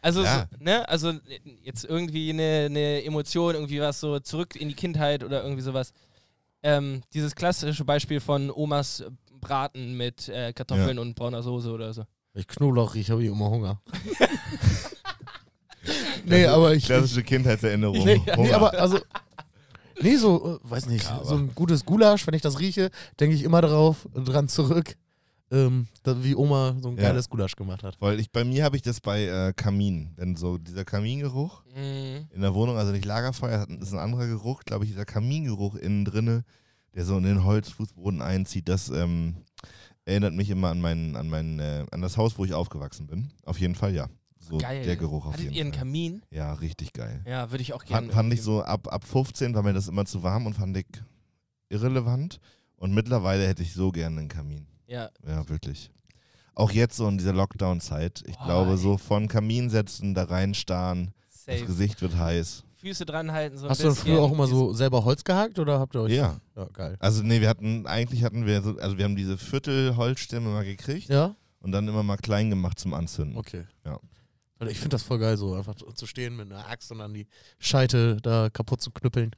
Also,
Ja.
so, ne? Also, jetzt irgendwie eine, eine Emotion, irgendwie was so zurück in die Kindheit oder irgendwie sowas. Ähm, dieses klassische Beispiel von Omas Braten mit äh, Kartoffeln und brauner Soße oder so.
Ich Knoblauch rieche, habe ich immer Hunger. Also, nee, aber ich.
klassische Kindheitserinnerung.
Nee, nee,
Hunger.
aber also. Nee, so, äh, weiß nicht, so ein gutes Gulasch, wenn ich das rieche, denke ich immer drauf, dran zurück, ähm, da, wie Oma so ein
Ja.
geiles Gulasch gemacht hat.
Weil ich, bei mir habe ich das bei äh, Kamin. Wenn so dieser Kamingeruch
Mhm.
in der Wohnung, also nicht Lagerfeuer, das ist ein anderer Geruch, glaube ich, dieser Kamingeruch innen drinne, der so in den Holzfußboden einzieht, das ähm, erinnert mich immer an meinen, an meinen, äh, an das Haus, wo ich aufgewachsen bin. Auf jeden Fall, ja. So
Geil.
der Geruch auf
Hattet
jeden
ihr einen
Fall.
Kamin?
Ja, richtig geil.
Ja, würde ich auch gerne.
Fand, fand ich so ab, ab 15 war mir das immer zu warm und fand ich irrelevant. Und mittlerweile hätte ich so gerne einen Kamin.
Ja,
Ja, wirklich. Auch jetzt so in dieser Lockdown-Zeit. Ich
Boah,
glaube,
ey.
so von Kamin setzen, da reinstarren, das
safe.
Gesicht wird heiß.
Füße dran halten. So ein
Hast du dann
bisschen.
früher auch immer so selber Holz gehackt oder habt ihr euch.
Ja.
Ja, geil.
Also nee, wir hatten, eigentlich hatten wir so, also wir haben diese Viertel-Holzstämme mal gekriegt
Ja?
und dann immer mal klein gemacht zum Anzünden.
Okay.
Ja.
Alter, ich finde das voll geil, so einfach zu stehen mit einer Axt und dann die Scheite da kaputt zu knüppeln.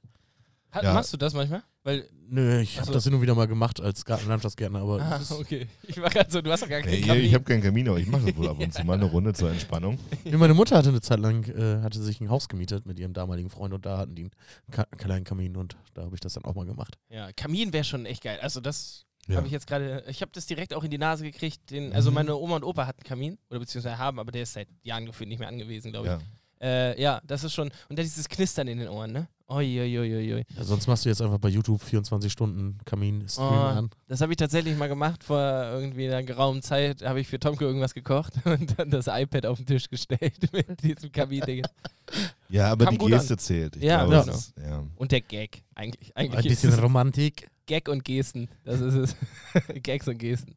Ha,
Ja.
Machst du das manchmal? Weil.
Nö, ich
Ach
habe
so.
das hin und wieder mal gemacht als Garten Landschaftsgärtner, aber
Also Ah,
es ist
okay. Ich war gerade so, du hast doch gar
Nee,
keinen
ich
Kamin.
ich habe keinen Kamin, aber ich mache das wohl ab und zu mal eine Runde zur Entspannung.
Ja, meine Mutter hatte eine Zeit lang, äh, hatte sich ein Haus gemietet mit ihrem damaligen Freund und da hatten die einen Ka kleinen Kamin und da habe ich das dann auch mal gemacht.
ja, Kamin wäre schon echt geil. Also das
Ja.
habe ich jetzt gerade. Ich habe das direkt auch in die Nase gekriegt. Den, also
Mhm.
meine Oma und Opa hatten Kamin oder beziehungsweise haben, aber der ist seit Jahren gefühlt nicht mehr angewiesen, glaube ich.
Ja.
Ja. Äh, ja, das ist schon. Und dann dieses Knistern in den Ohren, ne? Oi, oi, oi, oi, oi.
Ja, sonst machst du jetzt einfach bei YouTube 24 Stunden Kamin-Stream
Oh.
an.
Das habe ich tatsächlich mal gemacht. Vor irgendwie einer geraumen Zeit habe ich für Tomke irgendwas gekocht und dann das iPad auf den Tisch gestellt mit diesem Kamin-Ding.
Ja, aber
Kam
die
gut an.
Geste zählt. Ich
Ja, genau.
glaube,
ja.
es Ist, ja.
Und der Gag, eigentlich. eigentlich
Ein bisschen
ist es
Romantik.
Gag und Gesten. Das ist es. Gags und Gesten.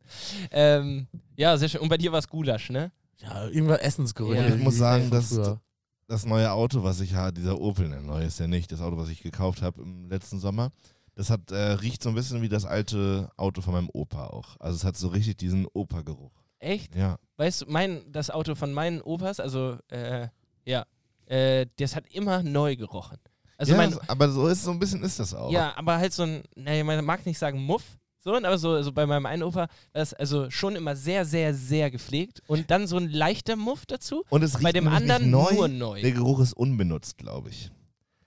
Ähm, ja, sehr schön. Und bei dir war es Gulasch, ne?
Ja, irgendwas Essensgerüche.
Ja.
Ich muss sagen,
Von
dass-
früher.
das neue Auto, was ich habe, dieser Opel, ne, neu ist ja nicht, das Auto, was ich gekauft habe im letzten Sommer, das hat, äh, riecht so ein bisschen wie das alte Auto von meinem Opa auch. Also es hat so richtig diesen Opa-Geruch.
Echt?
Ja.
Weißt du, mein, das Auto von meinen Opas, also, äh, ja, äh, das hat immer neu gerochen. Also
ja,
mein,
so- aber so ist so ein bisschen ist das auch.
ja, aber halt so ein, naja, man mag nicht sagen Muff, so, aber so also bei meinem einen Opa war das also schon immer sehr, sehr, sehr gepflegt und dann so ein leichter Muff dazu.
Und es riecht
Bei dem
nämlich
anderen
nicht neu.
nur neu.
Der Geruch ist unbenutzt, glaube ich.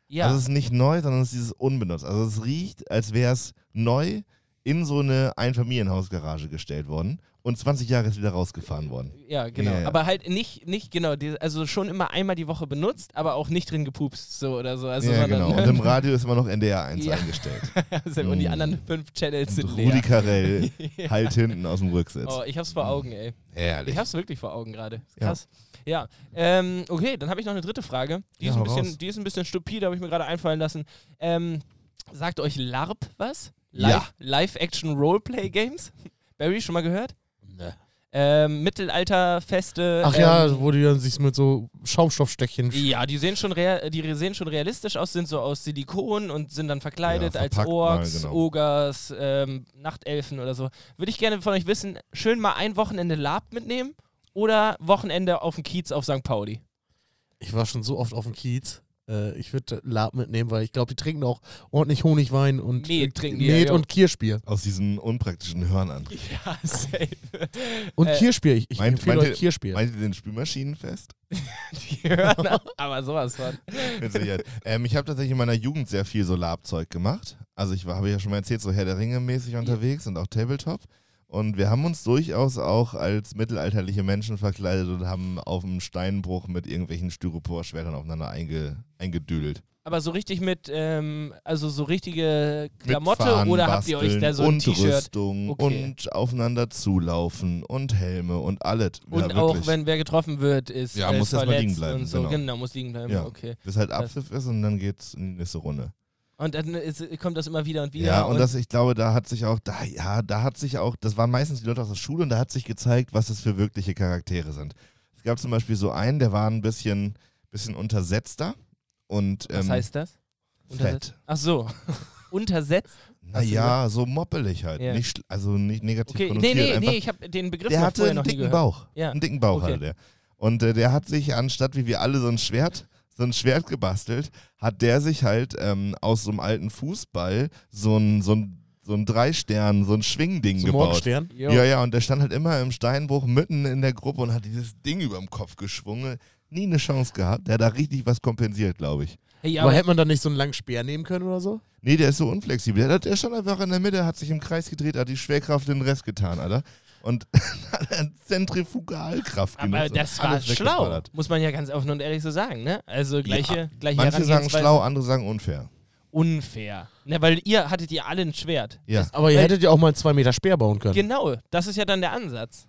Ja,
Also es ist nicht neu, sondern es ist dieses unbenutzt. Also es riecht, als wäre es neu in so eine Einfamilienhausgarage gestellt worden und 20 Jahre ist wieder rausgefahren worden.
ja genau.
Ja, ja.
Aber halt nicht, nicht genau, die, also schon immer einmal die Woche benutzt, aber auch nicht drin gepupst, so oder so. Also
ja,
sondern,
genau. Und im Radio ist immer noch NDR 1
Ja.
eingestellt.
Also, und die
Mm.
anderen fünf Channels sind
Und Rudi
leer.
Carell
Ja.
halt hinten aus dem Rücksitz.
Oh, ich hab's vor Augen, ey.
Herrlich.
Ich hab's wirklich vor Augen gerade. Ist
Ja.
Krass. Ja. Ähm, okay, dann habe ich noch eine dritte Frage. Die,
Ja,
ist, ein
hau
bisschen,
raus.
die ist ein bisschen stupide, habe ich mir gerade einfallen lassen. Ähm, sagt euch LARP was?
Ja.
Live- Live-Action-Roleplay-Games? Barry, schon mal gehört?
Ne.
Ähm, Mittelalterfeste.
Ach
ähm,
ja, wo die dann sich mit so Schaumstoffstechchen.
Ja, die sehen schon rea die sehen schon realistisch aus, sind so aus Silikon und sind dann verkleidet
Ja,
als
verpackt mal,
Orks,
genau.
Ogers, ähm, Nachtelfen oder so. Würde ich gerne von euch wissen, schön mal ein Wochenende Lab mitnehmen oder Wochenende auf dem Kiez auf St. Pauli.
Ich war schon so oft auf dem Kiez. Äh, Ich würde Lab mitnehmen, weil ich glaube, die trinken auch ordentlich Honigwein und
Met
äh,
trinken die,
Met
ja, ja.
und Kirschbier.
Aus diesen unpraktischen Hörnern. an.
Ja, safe.
Und
Äh,
Kirschbier, ich, ich
meint-
empfehle
meint
euch
ihr-
Kirschbier.
Meint ihr den Spülmaschinenfest?
Die hören ab, aber sowas von.
Mit Sicherheit. ähm, ich habe tatsächlich in meiner Jugend sehr viel Solarzeug gemacht. Also ich habe ja schon mal erzählt, so Herr der Ringe mäßig unterwegs und auch Tabletop. Und wir haben uns durchaus auch als mittelalterliche Menschen verkleidet und haben auf dem Steinbruch mit irgendwelchen Styroporschwertern aufeinander einge eingedüdelt.
Aber so richtig mit, ähm, also so richtige Klamotte
Mit Fahnen
oder habt ihr
basteln
euch da so ein
und
T-Shirt?
Rüstung
Okay.
und aufeinander zulaufen und Helme und alles.
Und
ja,
auch
wirklich.
wenn wer getroffen wird, ist
Ja,
äh,
muss erst mal
verletzt
liegen bleiben,
und so.
genau.
Genau. muss liegen bleiben.
Ja.
Okay.
bis halt Abpfiff ist und dann geht's in die nächste Runde.
Und dann ist, kommt das immer wieder und wieder.
Ja, und das, ich glaube, da hat sich auch, da, ja, da hat sich auch, das waren meistens die Leute aus der Schule und da hat sich gezeigt, was das für wirkliche Charaktere sind. Es gab zum Beispiel so einen, der war ein bisschen, bisschen untersetzter und ähm,
was heißt das? Untersetzt?
fett.
Ach so. Untersetzt?
Naja, so moppelig halt.
Ja.
Nicht, schl- also nicht negativ
Okay, nee,
konnotiert.
nee,
einfach,
nee, ich habe den Begriff
der
noch
hatte
vorher
einen
noch nie
dicken
gehört.
Bauch.
Ja.
Einen dicken Bauch
Okay.
hatte der. Und äh, der hat sich anstatt, wie wir alle, so ein Schwert, so ein Schwert gebastelt, hat der sich halt ähm, aus so einem alten Fußball so ein, so ein, so ein Drei-Stern, so ein Schwingding
Zum
gebaut.
Morgenstern.
Jo.
Ja, ja, und der stand halt immer im Steinbruch mitten in der Gruppe und hat dieses Ding über dem Kopf geschwungen. Nie eine Chance gehabt. Der hat da richtig was kompensiert, glaube ich.
Hey,
Aber
aber,
hätte man dann nicht so einen langen Speer nehmen können oder so?
Nee, der ist so unflexibel. Der, hat- der stand einfach in der Mitte, hat sich im Kreis gedreht, hat die Schwerkraft den Rest getan, Alter. Und hat dann Zentrifugalkraft genutzt.
aber
und
das war
alles
schlau,
weggeballert.
muss man ja ganz offen und ehrlich so sagen, ne? Also gleiche, gleiche
Manche sagen
Herangehensweise.
schlau, andere sagen unfair.
Unfair. Ne, weil ihr hattet ihr alle ein Schwert.
Ja.
Aber ihr
Weil-
hättet ja auch mal einen 2 Meter Speer bauen können.
Genau, das ist ja dann der Ansatz.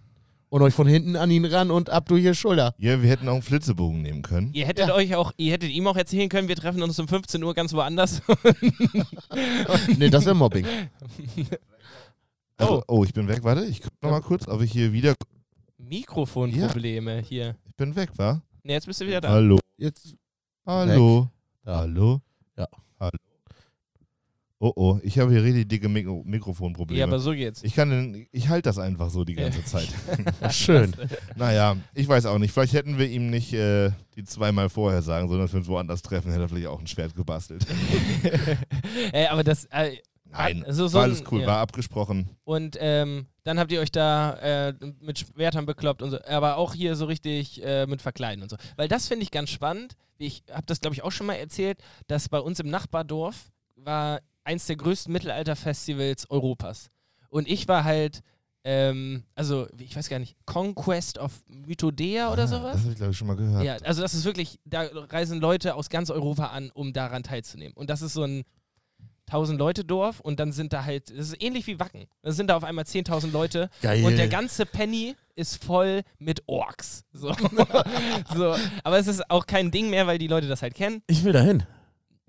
Und euch von hinten an ihn ran und ab durch die Schulter.
Ja, wir hätten auch einen Flitzebogen nehmen können.
Ihr hättet
Ja.
euch auch, ihr hättet ihm auch erzählen können, wir treffen uns um 15 Uhr ganz woanders.
Nee, das wäre Mobbing.
Also, oh, ich bin weg, warte. Ich guck noch mal kurz, ob ich hier wieder.
Mikrofonprobleme hier.
Ich bin weg, wa?
Ne, jetzt bist du wieder da.
Hallo.
Jetzt.
Hallo.
Ja.
Hallo?
Ja.
Hallo? Oh oh, ich habe hier richtig dicke Mikro Mikrofonprobleme.
Ja, aber so geht's.
ich kann den, ich halte das einfach so die ganze Zeit.
Ach, schön.
naja, ich weiß auch nicht. Vielleicht hätten wir ihm nicht äh, die zweimal vorher sagen, sondern wenn wir uns woanders treffen, hätte er vielleicht auch ein Schwert gebastelt.
Ey, aber das, äh,
Nein,
Also so
war
ein-
alles cool,
ja.
war abgesprochen.
Und ähm, dann habt ihr euch da äh, mit Schwertern bekloppt und so, aber auch hier so richtig äh, mit Verkleiden und so. Weil das finde ich ganz spannend. Ich habe das, glaube ich, auch schon mal erzählt, dass bei uns im Nachbardorf war eins der größten Mittelalterfestivals Europas. Und ich war halt, ähm, also ich weiß gar nicht, Conquest of Mythodea oder
Ah,
sowas.
Das habe ich glaube ich schon mal gehört.
Ja, also das ist wirklich, da reisen Leute aus ganz Europa an, um daran teilzunehmen. Und das ist so ein 1000 Leute Dorf und dann sind da halt, das ist ähnlich wie Wacken. Da sind da auf einmal 10.000 Leute
Geil.
und der ganze Penny ist voll mit Orks. So. so. Aber es ist auch kein Ding mehr, weil die Leute das halt kennen.
ich will dahin.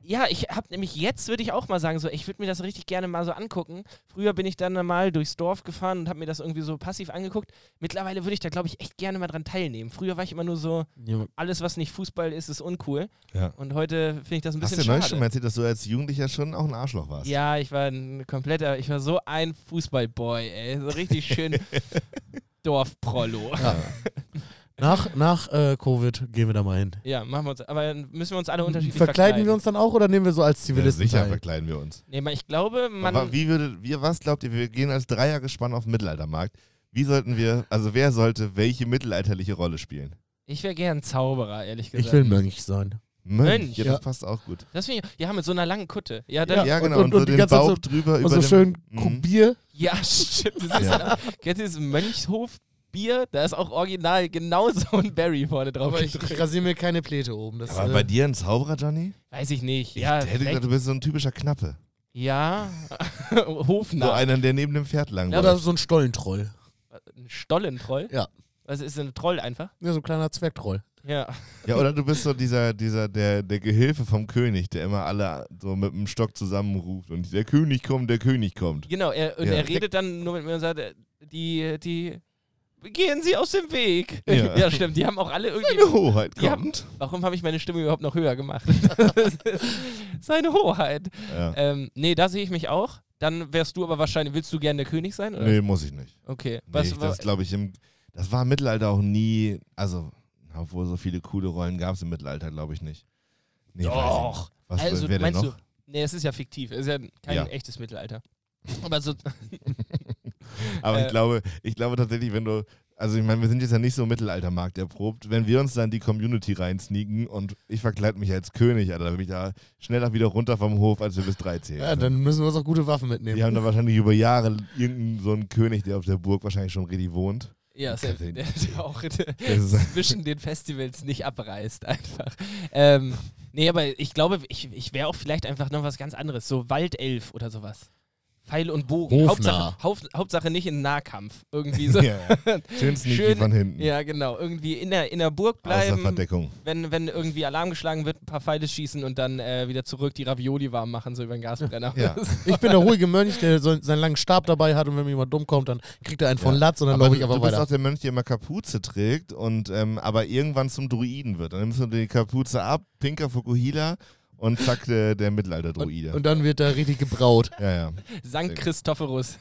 Ja, ich habe nämlich jetzt, würde ich auch mal sagen, so, ich würde mir das richtig gerne mal so angucken. Früher bin ich dann mal durchs Dorf gefahren und habe mir das irgendwie so passiv angeguckt. Mittlerweile würde ich da, glaube ich, echt gerne mal dran teilnehmen. Früher war ich immer nur so, alles, was nicht Fußball ist, ist uncool.
Ja.
Und heute finde ich das ein
Hast
bisschen
du neulich schon mal
schade.
erzählt, dass du als Jugendlicher schon auch ein Arschloch warst?
Ja, ich war ein kompletter, ich war so ein Fußballboy, ey. So richtig schön Dorfprollo.
Nach, nach äh, Covid gehen wir da mal hin.
Ja, machen wir uns. Aber dann müssen wir uns alle unterschiedlich
Verkleiden
verkleiden.
wir uns dann auch oder nehmen wir so als
Ja,
Zivilisten
sicher
teil?
verkleiden wir uns.
Nee, man, ich glaube, man.
Aber wie würde, wir, was glaubt ihr, wir gehen als Dreiergespann auf den Mittelaltermarkt. Wie sollten wir, also wer sollte welche mittelalterliche Rolle spielen?
ich wäre gern Zauberer, ehrlich gesagt.
Ich will Mönch sein.
Mönch,
Mönch,
ja, das
ja.
passt auch gut.
das find ich, ja, mit so einer langen Kutte. Ja, dann, ja.
Ja,
und-
genau,
und-
und, so
und die
den
ganze Zeit
Bauch
so-
drüber über
Und so
dem,
Also schön
Mhm.
Bier.
stimmt. Das ist ja. Kennt ihr das Mönchshofbier? Da ist auch original genau so ein Berry vorne drauf.
Aber ich, ich rasiere mir keine Pläte oben. Das,
Aber
äh,
bei dir ein Zauberer, Johnny?
Weiß ich nicht. Ja,
ich hätte
vielleicht-
gedacht, du bist so ein typischer Knappe.
ja.
So
Hofnarr.
einer, der neben dem Pferd lang
oder so ein Stollentroll.
Ein Stollentroll?
Ja.
Was ist denn ein Troll einfach?
Ja, so ein kleiner Zwergtroll.
Ja.
Ja, oder du bist so dieser, dieser, der, der Gehilfe vom König, der immer alle so mit dem Stock zusammenruft und der König kommt, der König kommt.
Genau, er, und
Ja.
er redet dann nur mit mir und sagt, äh, die, die gehen Sie aus dem Weg.
Ja.
Ja, stimmt. Die haben auch alle irgendwie.
Eine Hoheit
Die haben-
kommt.
Warum habe ich meine Stimme überhaupt noch höher gemacht? Seine Hoheit.
Ja.
Ähm, nee, da sehe ich mich auch. Dann wärst du aber wahrscheinlich, willst du gerne der König sein? Oder?
Nee, muss ich nicht.
Okay.
Nee,
Was,
ich,
war,
das glaube ich im. Das war im Mittelalter auch nie. Also, obwohl so viele coole Rollen gab es im Mittelalter, glaube ich nicht. Nee, weiß ich
Doch.
nicht. Was
also,
wer denn
meinst
noch?
du? Nee, es ist ja fiktiv. Es ist ja kein
Ja.
echtes Mittelalter. Aber so,
Aber ich
Äh,
glaube, ich glaube tatsächlich, wenn du. Also ich meine, wir sind jetzt ja nicht so Mittelaltermarkt erprobt. Wenn wir uns dann in die Community reinsneaken und ich verkleide mich als König, Alter, dann bin ich da schneller wieder runter vom Hof, als wir bis 13.
Ja, dann müssen wir uns auch gute Waffen mitnehmen.
Die haben da wahrscheinlich über Jahre irgendeinen so einen König, der auf der Burg wahrscheinlich schon richtig wohnt.
ja,
Ich kann
der,
den-
der, der auch
Das ist,
zwischen den Festivals nicht abreißt, einfach. Ähm, nee, aber ich glaube, ich, ich wäre auch vielleicht einfach noch was ganz anderes. So Waldelf oder sowas. Pfeil und Bogen.
Hofnarr.
Hauptsache, Haupt, Hauptsache nicht in Nahkampf. Irgendwie so.
ja, ja. Schön sneaky
Schön-
von hinten.
Ja, genau. Irgendwie in der, in der Burg
Aus der
bleiben,
Verdeckung.
wenn, wenn irgendwie Alarm geschlagen wird, ein paar Pfeile schießen und dann äh, wieder zurück die Ravioli warm machen, so über den Gasbrenner.
Ja.
Ich bin der ruhige Mönch, der so seinen langen Stab dabei hat und wenn mir jemand dumm kommt, dann kriegt er einen von Latz und dann laufe ich
du-
aber
du bist
weiter.
auch der Mönch, der immer Kapuze trägt und ähm, aber irgendwann zum Druiden wird. Dann nimmst du die Kapuze ab, pinker Fukuhila und zack, der, der Mittelalter-Druide.
Und dann wird da richtig gebraut.
ja, ja.
Sankt Christophorus.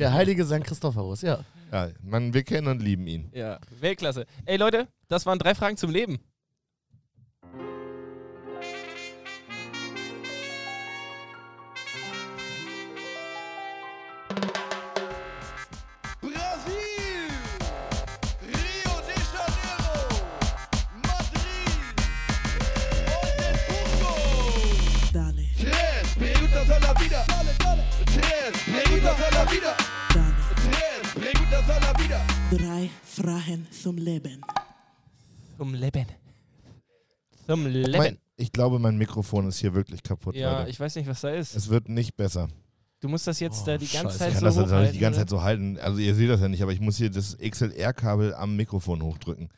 Der heilige St. Christophorus, ja.
ja man, wir kennen und lieben ihn.
Ja, Weltklasse. Ey Leute, das waren drei Fragen zum Leben.
Brasil, Rio de Janeiro, Madrid, Oldenburgo.
Dale,
Tres preguntas a la vida. Tres preguntas a la vida.
Dale.
Tres preguntas a la vida.
Drei Fragen zum Leben.
Zum Leben. Zum
Mein,
Leben.
ich glaube, mein Mikrofon ist hier wirklich kaputt.
Ja,
Leute.
ich weiß nicht, was da ist.
es wird nicht besser.
Du musst das jetzt da die ganze
scheiße.
Zeit
Ich kann
so
das jetzt auch
hochhalten. ne?
nicht die ganze Zeit
oder?
so halten. Also ihr seht das ja nicht, aber ich muss hier das XLR-Kabel am Mikrofon hochdrücken.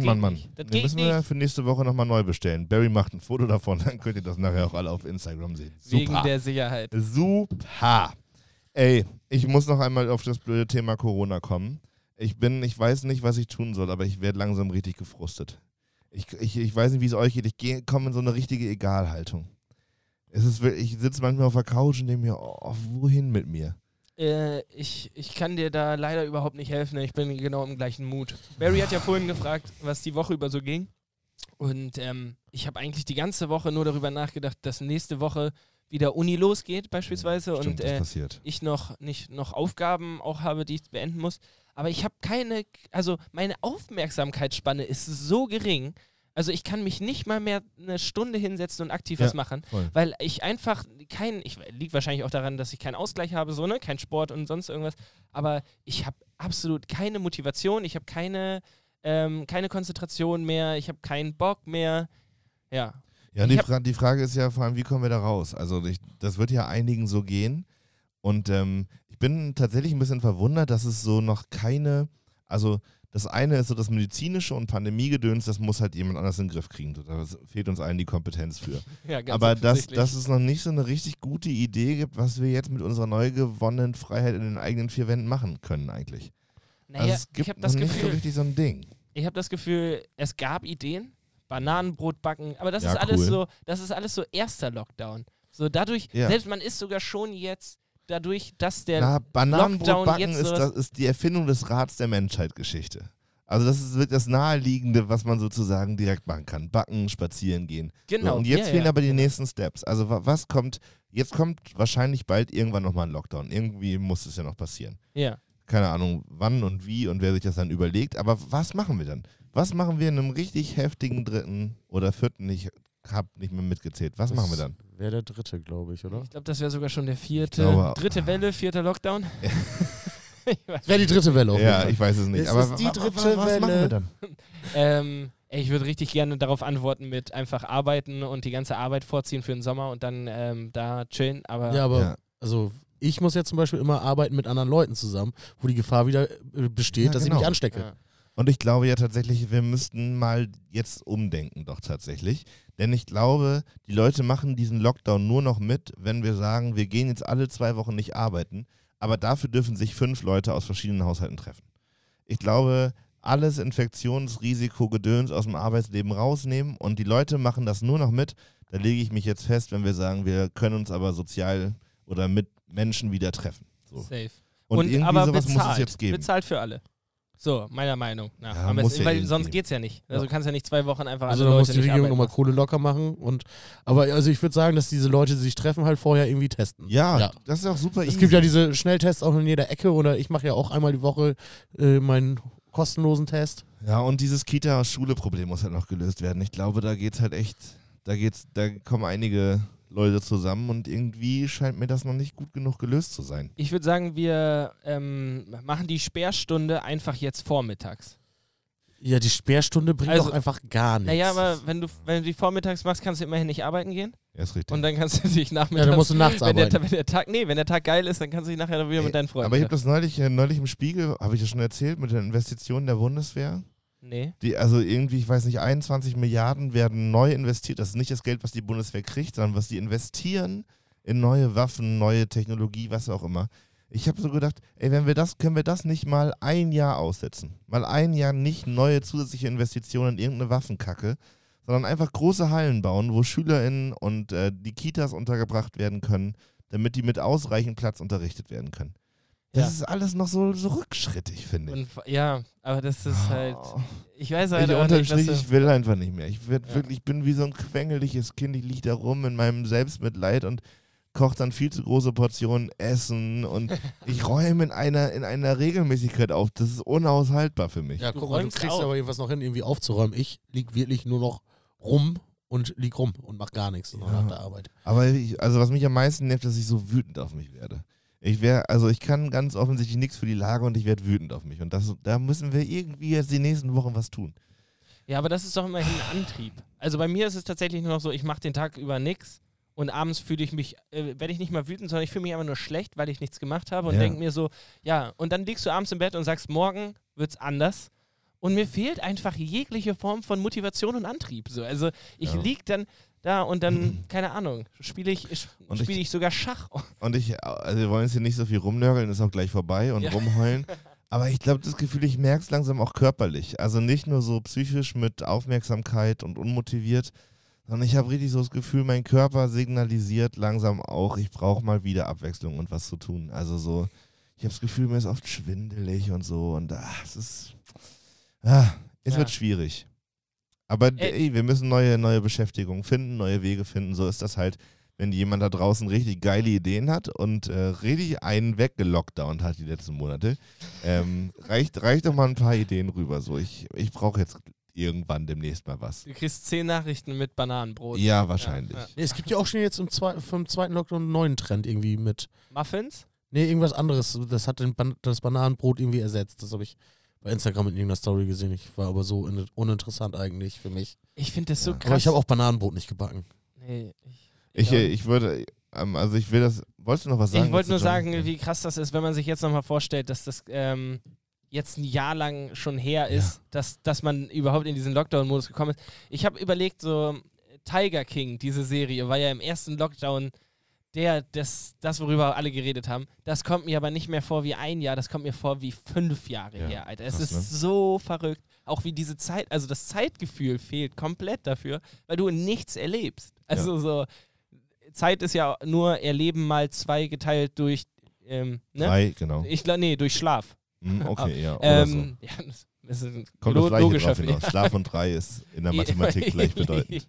Mann,
geht
Mann, Mann.
nicht. Das
Den
geht
müssen wir
nicht.
für nächste Woche nochmal neu bestellen. Barry macht ein Foto davon, dann könnt ihr das nachher auch alle auf Instagram sehen.
ne? Wegen
Super.
der Sicherheit.
Super. Ey, ich muss noch einmal auf das blöde Thema Corona kommen. Ich bin, ich weiß nicht, was ich tun soll, aber ich werde langsam richtig gefrustet. Ich, ich, ich weiß nicht, wie es euch geht. Ich gehe- komme in so eine richtige Egalhaltung. Es ist wirklich, ich sitze manchmal auf der Couch und denke mir, oh, wohin mit mir?
Äh, ich, ich kann dir da leider überhaupt nicht helfen. Ich bin genau im gleichen Mut. Barry hat ja vorhin gefragt, was die Woche über so ging. Und ähm, ich habe eigentlich die ganze Woche nur darüber nachgedacht, dass nächste Woche wieder Uni losgeht beispielsweise.
Stimmt,
und
das
äh,
passiert.
ich noch nicht noch Aufgaben auch habe, die ich beenden muss. Aber ich habe keine, also meine Aufmerksamkeitsspanne ist so gering. Also ich kann mich nicht mal mehr eine Stunde hinsetzen und aktiv
Ja,
was machen,
voll.
weil ich einfach kein, ich liegt wahrscheinlich auch daran, dass ich keinen Ausgleich habe, so ne, kein Sport und sonst irgendwas. Aber ich habe absolut keine Motivation, ich habe keine, ähm, keine Konzentration mehr, ich habe keinen Bock mehr. Ja,
Ja, die,
ich hab-
Fra die Frage ist ja vor allem, wie kommen wir da raus? Also ich, das wird ja einigen so gehen. Und ähm, ich bin tatsächlich ein bisschen verwundert, dass es so noch keine, also das eine ist so das medizinische und Pandemiegedöns, das muss halt jemand anders in den Griff kriegen. Da fehlt uns allen die Kompetenz für.
ja ganz
Aber dass,
offensichtlich.
dass es noch nicht so eine richtig gute Idee gibt, was wir jetzt mit unserer neu gewonnenen Freiheit in den eigenen vier Wänden machen können eigentlich.
naja,
also es
ich
gibt
habe das
noch nicht so
Gefühl,
richtig so ein Ding.
ich habe das Gefühl, es gab Ideen, Bananenbrot backen, aber das
Ja,
ist alles
cool.
so, das ist alles so erster Lockdown. So dadurch,
Ja.
selbst man ist sogar schon jetzt dadurch, dass der
Na,
Äh, Lockdown
Bananenbrotbacken
jetzt
ist,
sowas-
das ist die Erfindung des Rats der Menschheitgeschichte. Also das ist wirklich das Naheliegende, was man sozusagen direkt machen kann. Backen, spazieren gehen.
genau
so, und jetzt
ja,
fehlen
ja.
aber die nächsten Steps. Also wa- was kommt, jetzt kommt wahrscheinlich bald irgendwann nochmal ein Lockdown. Irgendwie muss es ja noch passieren.
ja.
Keine Ahnung, wann und wie und wer sich das dann überlegt. Aber was machen wir dann? Was machen wir in einem richtig heftigen dritten oder vierten? Ich habe nicht mehr mitgezählt. Was machen wir dann?
Wäre der dritte, glaube ich, oder?
Ich glaube, das wäre sogar schon der vierte,
Ich glaube auch.
dritte Welle, vierter Lockdown. ich weiß.
Wäre die dritte Welle auf jeden
Ja,
Fall.
ich weiß es nicht.
Es
aber
ist die
wa- wa-
dritte
was machen wir
Welle.
dann?
Ähm, ey, ich würde richtig gerne darauf antworten mit einfach arbeiten und die ganze Arbeit vorziehen für den Sommer und dann ähm, da chillen. Aber
Ja, aber
Ja.
also ich muss jetzt zum Beispiel immer arbeiten mit anderen Leuten zusammen, wo die Gefahr wieder äh, besteht,
Ja,
dass
genau.
ich mich anstecke.
Ja.
Und ich glaube ja tatsächlich, wir müssten mal jetzt umdenken, doch tatsächlich. Denn ich glaube, die Leute machen diesen Lockdown nur noch mit, wenn wir sagen, wir gehen jetzt alle zwei Wochen nicht arbeiten, aber dafür dürfen sich fünf Leute aus verschiedenen Haushalten treffen. ich glaube, alles Infektionsrisiko Gedöns aus dem Arbeitsleben rausnehmen und die Leute machen das nur noch mit. Da lege ich mich jetzt fest, wenn wir sagen, wir können uns aber sozial oder mit Menschen wieder treffen. So.
Safe.
Und, irgendwie
aber
sowas
bezahlt,
muss es jetzt geben.
Bezahlt für alle. So, meiner Meinung nach.
Ja,
Am
muss
besten,
ja
weil
irgendwie.
sonst geht's ja nicht. Also du kannst ja nicht zwei Wochen einfach
Also
alle
da muss
Leute
die
nicht
Regierung
arbeiten
nochmal
lassen.
Kohle locker machen und aber also ich würde sagen, dass diese Leute, die sich treffen, halt vorher irgendwie testen.
Ja,
Ja.
das ist auch super
Es
easy.
gibt ja diese Schnelltests auch in jeder Ecke oder ich mache ja auch einmal die Woche äh, meinen kostenlosen Test.
Ja, und dieses Kita-Schule-Problem muss halt noch gelöst werden. Ich glaube, da geht's halt echt, da geht's, da kommen einige Leute zusammen und irgendwie scheint mir das noch nicht gut genug gelöst zu sein.
Ich würde sagen, wir ähm, machen die Sperrstunde einfach jetzt vormittags.
Ja, die Sperrstunde bringt
Also-
doch einfach gar nichts.
Naja, aber wenn du, wenn du die vormittags machst, kannst du immerhin nicht arbeiten gehen.
Ja, ist richtig.
Und dann kannst du dich
ja,
nachmittags.
dann musst du nachts
wenn, der,
arbeiten.
wenn der Tag, nee, wenn der Tag geil ist, dann kannst du dich nachher wieder mit deinen Freunden.
Aber ich habe
treffen.
das neulich, äh, neulich im Spiegel, habe ich das schon erzählt, mit den Investitionen der Bundeswehr.
nee.
Die, also irgendwie, ich weiß nicht, 21 Milliarden werden neu investiert. Das ist nicht das Geld, was die Bundeswehr kriegt, sondern was die investieren in neue Waffen, neue Technologie, was auch immer. Ich habe so gedacht, ey, wenn wir das, können wir das nicht mal ein Jahr aussetzen? Mal ein Jahr nicht neue zusätzliche Investitionen in irgendeine Waffenkacke, sondern einfach große Hallen bauen, wo SchülerInnen und äh, die Kitas untergebracht werden können, damit die mit ausreichend Platz unterrichtet werden können. Das
Ja.
ist alles noch so, so rückschrittig, finde ich.
Und, f- ja, aber das ist halt.
Oh.
Ich weiß halt
Ich,
auch
unterm
nicht, was
Strich,
du,
ich will einfach nicht mehr. Ich werd
Ja.
wirklich, ich bin wie so ein quengeliges Kind. Ich liege da rum in meinem Selbstmitleid und koche dann viel zu große Portionen Essen und ich räume in einer, in einer Regelmäßigkeit auf. Das ist unaushaltbar für mich.
Ja,
Du
guck mal, du
räumst
kriegst
auf.
aber irgendwas noch hin, irgendwie aufzuräumen. Ich lieg wirklich nur noch rum und lieg rum und mach gar nichts
Ja.
nach der Arbeit.
Aber ich, also was mich am meisten nervt, dass ich so wütend auf mich werde. Ich wäre, also ich kann ganz offensichtlich nichts für die Lage und ich werde wütend auf mich. Und das, da müssen wir irgendwie jetzt die nächsten Wochen was tun.
Ja, aber das ist doch immerhin ein Antrieb. Also bei mir ist es tatsächlich nur noch so, ich mache den Tag über nichts und abends fühle ich mich, äh, werde ich nicht mal wütend, sondern ich fühle mich einfach nur schlecht, weil ich nichts gemacht habe und
Ja.
denke mir so, ja, und dann liegst du abends im Bett und sagst, morgen wird's anders. Und mir fehlt einfach jegliche Form von Motivation und Antrieb. So. Also ich
Ja.
lieg dann da und dann, keine Ahnung, spiele ich, sp
Und ich-
spiele ich sogar Schach.
Und ich, also wir wollen jetzt hier nicht so viel rumnörgeln, ist auch gleich vorbei und
Ja.
rumheulen. Aber ich glaube, das Gefühl, ich merke es langsam auch körperlich. Also nicht nur so psychisch mit Aufmerksamkeit und unmotiviert, sondern ich habe richtig so das Gefühl, mein Körper signalisiert langsam auch, ich brauche mal wieder Abwechslung und was zu tun. Also so, ich habe das Gefühl, mir ist oft schwindelig und so und ah, es ist, ah, es
Ja.
wird schwierig. Aber
Ey.
ey, wir müssen neue, neue Beschäftigungen finden, neue Wege finden. So ist das halt wenn jemand da draußen richtig geile Ideen hat und äh, richtig einen weggelockdownt hat die letzten Monate, ähm, reicht, reicht doch mal ein paar Ideen rüber. So, ich, ich brauche jetzt irgendwann demnächst mal was.
Du kriegst zehn Nachrichten mit Bananenbrot.
Ja, wahrscheinlich.
ja.
Nee, es gibt ja auch schon jetzt im zwei, vom zweiten Lockdown einen neuen Trend irgendwie mit.
Muffins?
Nee, irgendwas anderes. Das hat den Ban das Bananenbrot irgendwie ersetzt. Das habe ich bei Instagram in irgendeiner Story gesehen. Ich war aber so in uninteressant eigentlich für mich.
Ich finde das so
Ja.
krass.
Aber ich habe auch Bananenbrot nicht gebacken.
Nee, ich
Ich, äh, ich würde, ähm, also ich will das, wolltest du noch was sagen?
Ich wollte nur
dazu, John?
sagen, wie krass das ist, wenn man sich jetzt nochmal vorstellt, dass das ähm, jetzt ein Jahr lang schon her ist, dass, dass man überhaupt in diesen Lockdown-Modus gekommen ist. Ich habe überlegt, so Tiger King, diese Serie, war ja im ersten Lockdown der, das, das, worüber alle geredet haben. Das kommt mir aber nicht mehr vor wie ein Jahr, das kommt mir vor wie fünf Jahre
Ja,
her, Alter. Es
krass,
ist
ne?
so verrückt. Auch wie diese Zeit, also das Zeitgefühl fehlt komplett dafür, weil du nichts erlebst. Also so, Zeit ist ja nur Erleben mal zwei geteilt durch, ähm, ne?
Drei, genau.
Ich glaube, nee, durch Schlaf.
Hm, okay, ja. Oder
ähm, ja, das das ist ein
so. Kommt
lo-
das gleiche
logischer
drauf hinaus. Schlaf und drei ist in der Mathematik gleichbedeutend.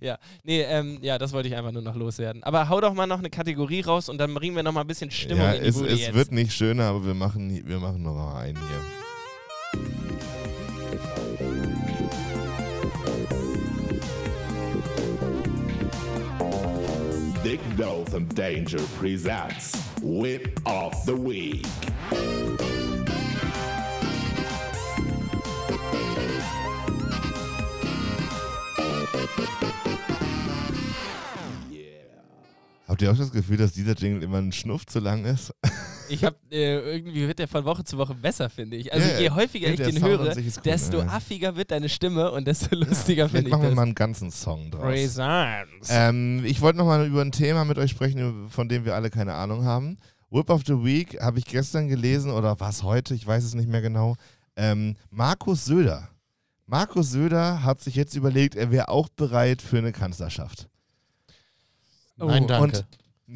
Ja, nee, ähm, ja, das wollte ich einfach nur noch loswerden. Aber hau doch mal noch eine Kategorie raus und dann bringen wir noch mal ein bisschen Stimmung
Ja,
in die
es,
Bude jetzt.
es wird nicht schöner, aber wir machen, hi- wir machen noch mal einen hier.
Dick Dothan Danger presents Whip of the Week.
Habt ihr auch das Gefühl, dass dieser Jingle immer einen Schnuff zu lang ist?
ich hab, äh, irgendwie wird der von Woche zu Woche besser, finde ich. Also
Ja,
je häufiger
ja,
ich
der
den
Sound an
höre,
sich ist gut,
desto
ja.
affiger wird deine Stimme und desto lustiger
Vielleicht
finde ich
machen wir
das.
mal einen ganzen Song draus.
Presents.
Ähm, ich wollte nochmal über ein Thema mit euch sprechen, über- von dem wir alle keine Ahnung haben. Whip of the Week habe ich gestern gelesen oder was heute, ich weiß es nicht mehr genau. Ähm, Markus Söder. Markus Söder hat sich jetzt überlegt, er wäre auch bereit für eine Kanzlerschaft.
Oh,
Nein, danke.
Oh, Und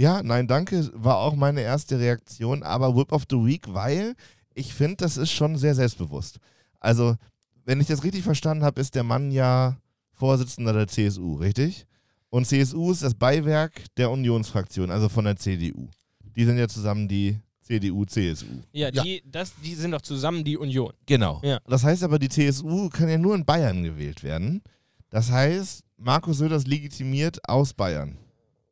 ja, nein, danke, war auch meine erste Reaktion, aber Whip of the Week, weil ich finde, das ist schon sehr selbstbewusst. Also, wenn ich das richtig verstanden habe, ist der Mann ja Vorsitzender der CSU, richtig? Und CSU ist das Beiwerk der Unionsfraktion, also von der CDU. Die sind ja zusammen die CDU, CSU.
Ja,
Ja.
die, Das, die sind doch zusammen die Union.
Genau.
Ja.
Das heißt aber, die CSU kann ja nur in Bayern gewählt werden. Das heißt, Markus Söder ist legitimiert aus Bayern.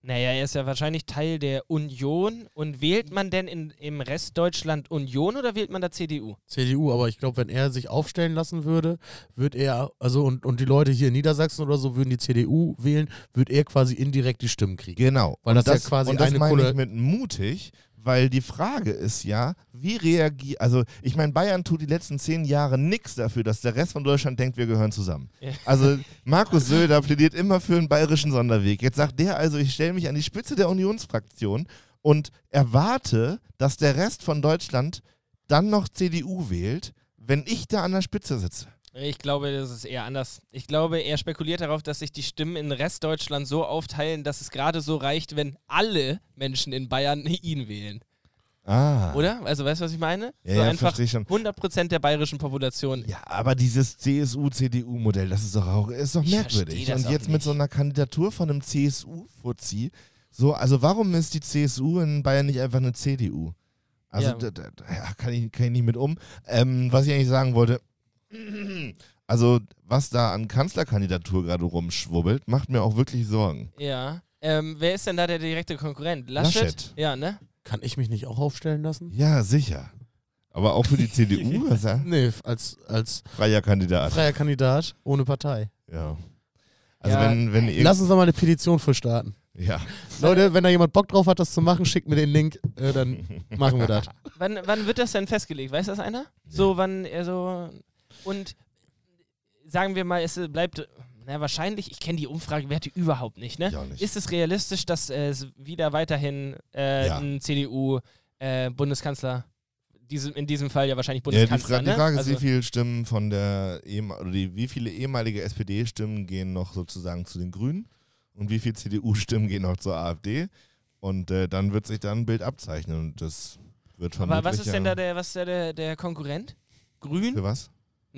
Naja, er ist ja wahrscheinlich Teil der Union. Und wählt man denn in, im Rest Deutschland Union oder wählt man da CDU?
CDU, aber ich glaube, wenn er sich aufstellen lassen würde, wird er, also und, und die Leute hier in Niedersachsen oder so würden die CDU wählen, wird er quasi indirekt die Stimmen kriegen.
Genau.
Weil
und
das ja quasi
und das
eine
meine
coole-
ich mit mutig, weil die Frage ist ja, wie reagiert, also ich meine, Bayern tut die letzten zehn Jahre nichts dafür, dass der Rest von Deutschland denkt, wir gehören zusammen.
Ja.
Also Markus Söder plädiert immer für einen bayerischen Sonderweg. Jetzt sagt der also, ich stelle mich an die Spitze der Unionsfraktion und erwarte, dass der Rest von Deutschland dann noch CDU wählt, wenn ich da an der Spitze sitze.
Ich glaube, das ist eher anders. Ich glaube, er spekuliert darauf, dass sich die Stimmen in Restdeutschland so aufteilen, dass es gerade so reicht, wenn alle Menschen in Bayern ihn wählen.
Ah.
Oder? Also, weißt du, was ich meine?
Ja,
so
ja,
einfach
verstehe ich schon.
100% der bayerischen Population.
Ja, aber dieses CSU-CDU-Modell, das ist doch auch ist doch
Ich
merkwürdig.
verstehe das
Und
auch
jetzt mit
nicht.
so einer Kandidatur von einem CSU-Fuzzi, so, also warum ist die CSU in Bayern nicht einfach eine CDU? Also
Ja.
da, da, da ja, kann, ich, kann ich nicht mit um. Ähm, was ich eigentlich sagen wollte, also was da an Kanzlerkandidatur gerade rumschwubbelt, macht mir auch wirklich Sorgen.
Ja. Ähm, wer ist denn da der direkte Konkurrent? Laschet?
Laschet.
Ja, ne?
Kann ich mich nicht auch aufstellen lassen?
Ja, sicher. Aber auch für die CDU, was ja,
Nee, als, als
freier Kandidat.
freier Kandidat ohne Partei.
Ja. Also
Ja. Äh,
wenn, wenn ihr...
Lass uns doch mal eine Petition für starten.
ja.
Leute, wenn da jemand Bock drauf hat, das zu machen, schickt mir den Link, äh, dann machen wir das.
Wann, wann wird das denn festgelegt? Weiß das einer? So, wann er so. Und sagen wir mal, es bleibt. Na, wahrscheinlich, ich kenne die Umfragewerte überhaupt nicht, ne?
Ich auch nicht.
Ist es realistisch, dass äh, es wieder weiterhin äh,
Ja.
ein CDU-Bundeskanzler, äh, diesem, in diesem Fall ja wahrscheinlich
Ja, die,
Bundeskanzler,
Fra die
ne?
Frage ist,
also,
wie viele Stimmen von der ehem- oder die, wie viele ehemalige SPD-Stimmen gehen noch sozusagen zu den Grünen und wie viele CDU-Stimmen gehen noch zur AfD. Und äh, dann wird sich dann ein Bild abzeichnen und das wird vermutlich.
aber was ist denn
ja-
da der, was ist da der, der Konkurrent? Grün?
Für was?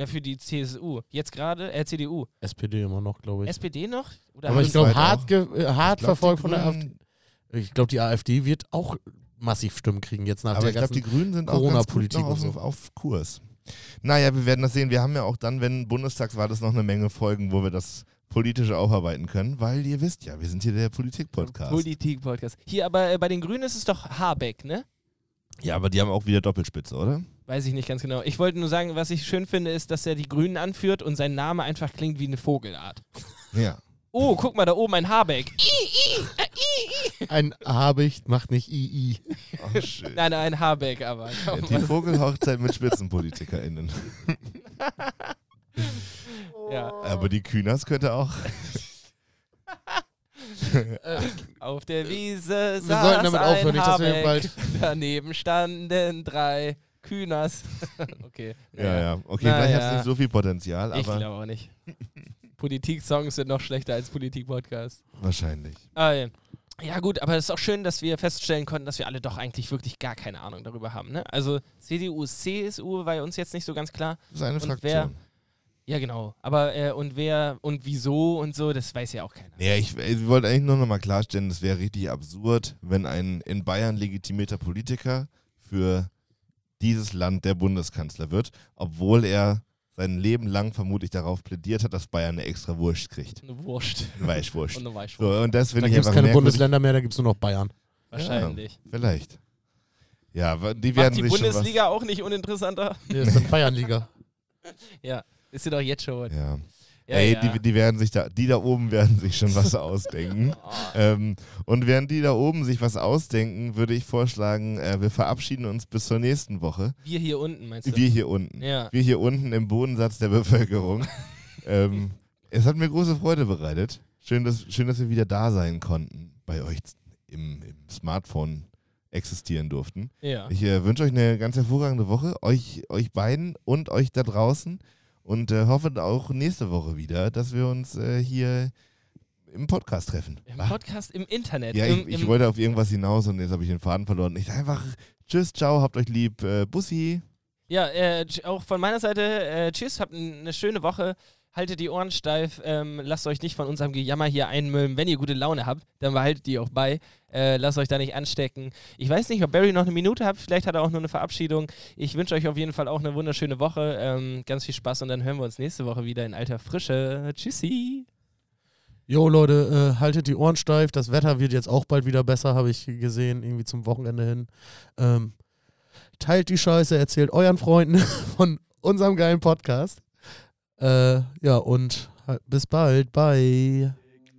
Na, für die CSU. Jetzt gerade, äh, CDU.
SPD immer noch, glaube ich.
SPD noch? Oder
Aber
haben-
ich glaube,
Bundesweit auch.
hart, ge
Ich
äh, hart
glaub, die
verfolgt von der
Grünen-
AfD. Ich glaube, die AfD wird auch massiv Stimmen kriegen jetzt nach
Aber
der
ich glaube,
ganzen.
die Grünen sind auch ganz gut
Corona-Politik
noch auf,
und so.
auf Kurs. Naja, wir werden das sehen. Wir haben ja auch dann, wenn Bundestagswahl ist, noch eine Menge Folgen, wo wir das politisch aufarbeiten können, weil ihr wisst ja, wir sind hier der Politik-Podcast.
Politik-Podcast. Hier aber äh, bei den Grünen ist es doch Habeck, ne?
ja, aber die haben auch wieder Doppelspitze, oder?
Weiß ich nicht ganz genau. Ich wollte nur sagen, was ich schön finde, ist, dass er die Grünen anführt und sein Name einfach klingt wie eine Vogelart.
Ja.
Oh, guck mal, da oben ein Habeck.
ein Habicht macht nicht II.
Oh, schön.
Nein, nein, ein Habeck, aber.
Ja, die Vogelhochzeit mit SpitzenpolitikerInnen.
Ja,
Aber die Kühners könnte auch.
auf der Wiese saß
sollten damit
ein
aufhören, nicht, dass wir
Habeck.
bald-
Daneben standen drei Kühners. okay.
Ja, ja. Okay,
Na
vielleicht
ja.
hat es nicht so viel Potenzial,
Ich
aber
glaube auch nicht. Politik-Songs sind noch schlechter als Politik-Podcasts.
wahrscheinlich.
Ah, ja. ja, gut, aber es ist auch schön, dass wir feststellen konnten, dass wir alle doch eigentlich wirklich gar keine Ahnung darüber haben. Ne? Also CDU, CSU war ja uns jetzt nicht so ganz klar.
Das ist eine
Und
Fraktion.
Ja, genau. Aber äh, und wer und wieso und so, das weiß ja auch keiner.
Ja, ich, ich wollte eigentlich nur nochmal klarstellen, es wäre richtig absurd, wenn ein in Bayern legitimierter Politiker für dieses Land der Bundeskanzler wird, obwohl er sein Leben lang vermutlich darauf plädiert hat, dass Bayern eine extra Wurst kriegt.
Eine Wurst
Eine Weichwurst.
und eine Weichwurst.
So, und das
Da
finde ich
gibt es
einfach
keine
merkwürdig.
Bundesländer mehr, da gibt es nur noch Bayern.
Wahrscheinlich.
Ja, vielleicht. Ja, wa- die werden
Macht die
sich schon was
Bundesliga auch nicht uninteressanter?
Der ist dann Bayernliga.
Ja, ist sie doch jetzt schon.
Ja.
Ja,
Ey,
ja.
Die, die werden sich da, die da oben werden sich schon was ausdenken.
Oh.
Ähm, und während die da oben sich was ausdenken, würde ich vorschlagen, äh, wir verabschieden uns bis zur nächsten Woche.
wir hier unten, meinst du?
Wir hier unten.
Ja.
Wir hier unten im Bodensatz der Bevölkerung. ähm, es hat mir große Freude bereitet. Schön dass, schön, dass wir wieder da sein konnten bei euch im, im Smartphone. existieren durften.
Ja.
Ich äh, wünsche euch eine ganz hervorragende Woche, euch, euch beiden und euch da draußen. Und äh, hoffe auch nächste Woche wieder, dass wir uns äh, hier im Podcast treffen.
Im
Ah,
Podcast im Internet.
ja, ich,
im,
ich
im,
wollte auf irgendwas hinaus und jetzt habe ich den Faden verloren. Ich sage einfach Tschüss, ciao, habt euch lieb, äh, Bussi.
ja äh, tsch- auch von meiner Seite, äh, tschüss, habt n- eine schöne Woche. Haltet die Ohren steif, ähm, lasst euch nicht von unserem Gejammer hier einmüllen. Wenn ihr gute Laune habt, dann behaltet die auch bei. Äh, lasst euch da nicht anstecken. Ich weiß nicht, ob Barry noch eine Minute hat, vielleicht hat er auch nur eine Verabschiedung. Ich wünsche euch auf jeden Fall auch eine wunderschöne Woche. Ähm, ganz viel Spaß und dann hören wir uns nächste Woche wieder in alter Frische. Tschüssi.
Jo Leute, äh, haltet die Ohren steif. Das Wetter wird jetzt auch bald wieder besser, habe ich gesehen, irgendwie zum Wochenende hin. Ähm, teilt die Scheiße, erzählt euren Freunden von unserem geilen Podcast. Äh, ja, und halt, bis bald. Bye.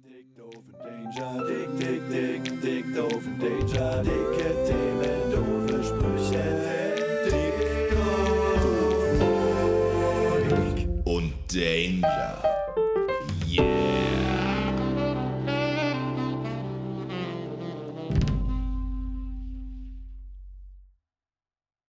Dick, doofen Danger, dick, dick, dick, dick, doofen Danger, dicke Themen, doofe Sprüche, dick, doof.
Und Danger.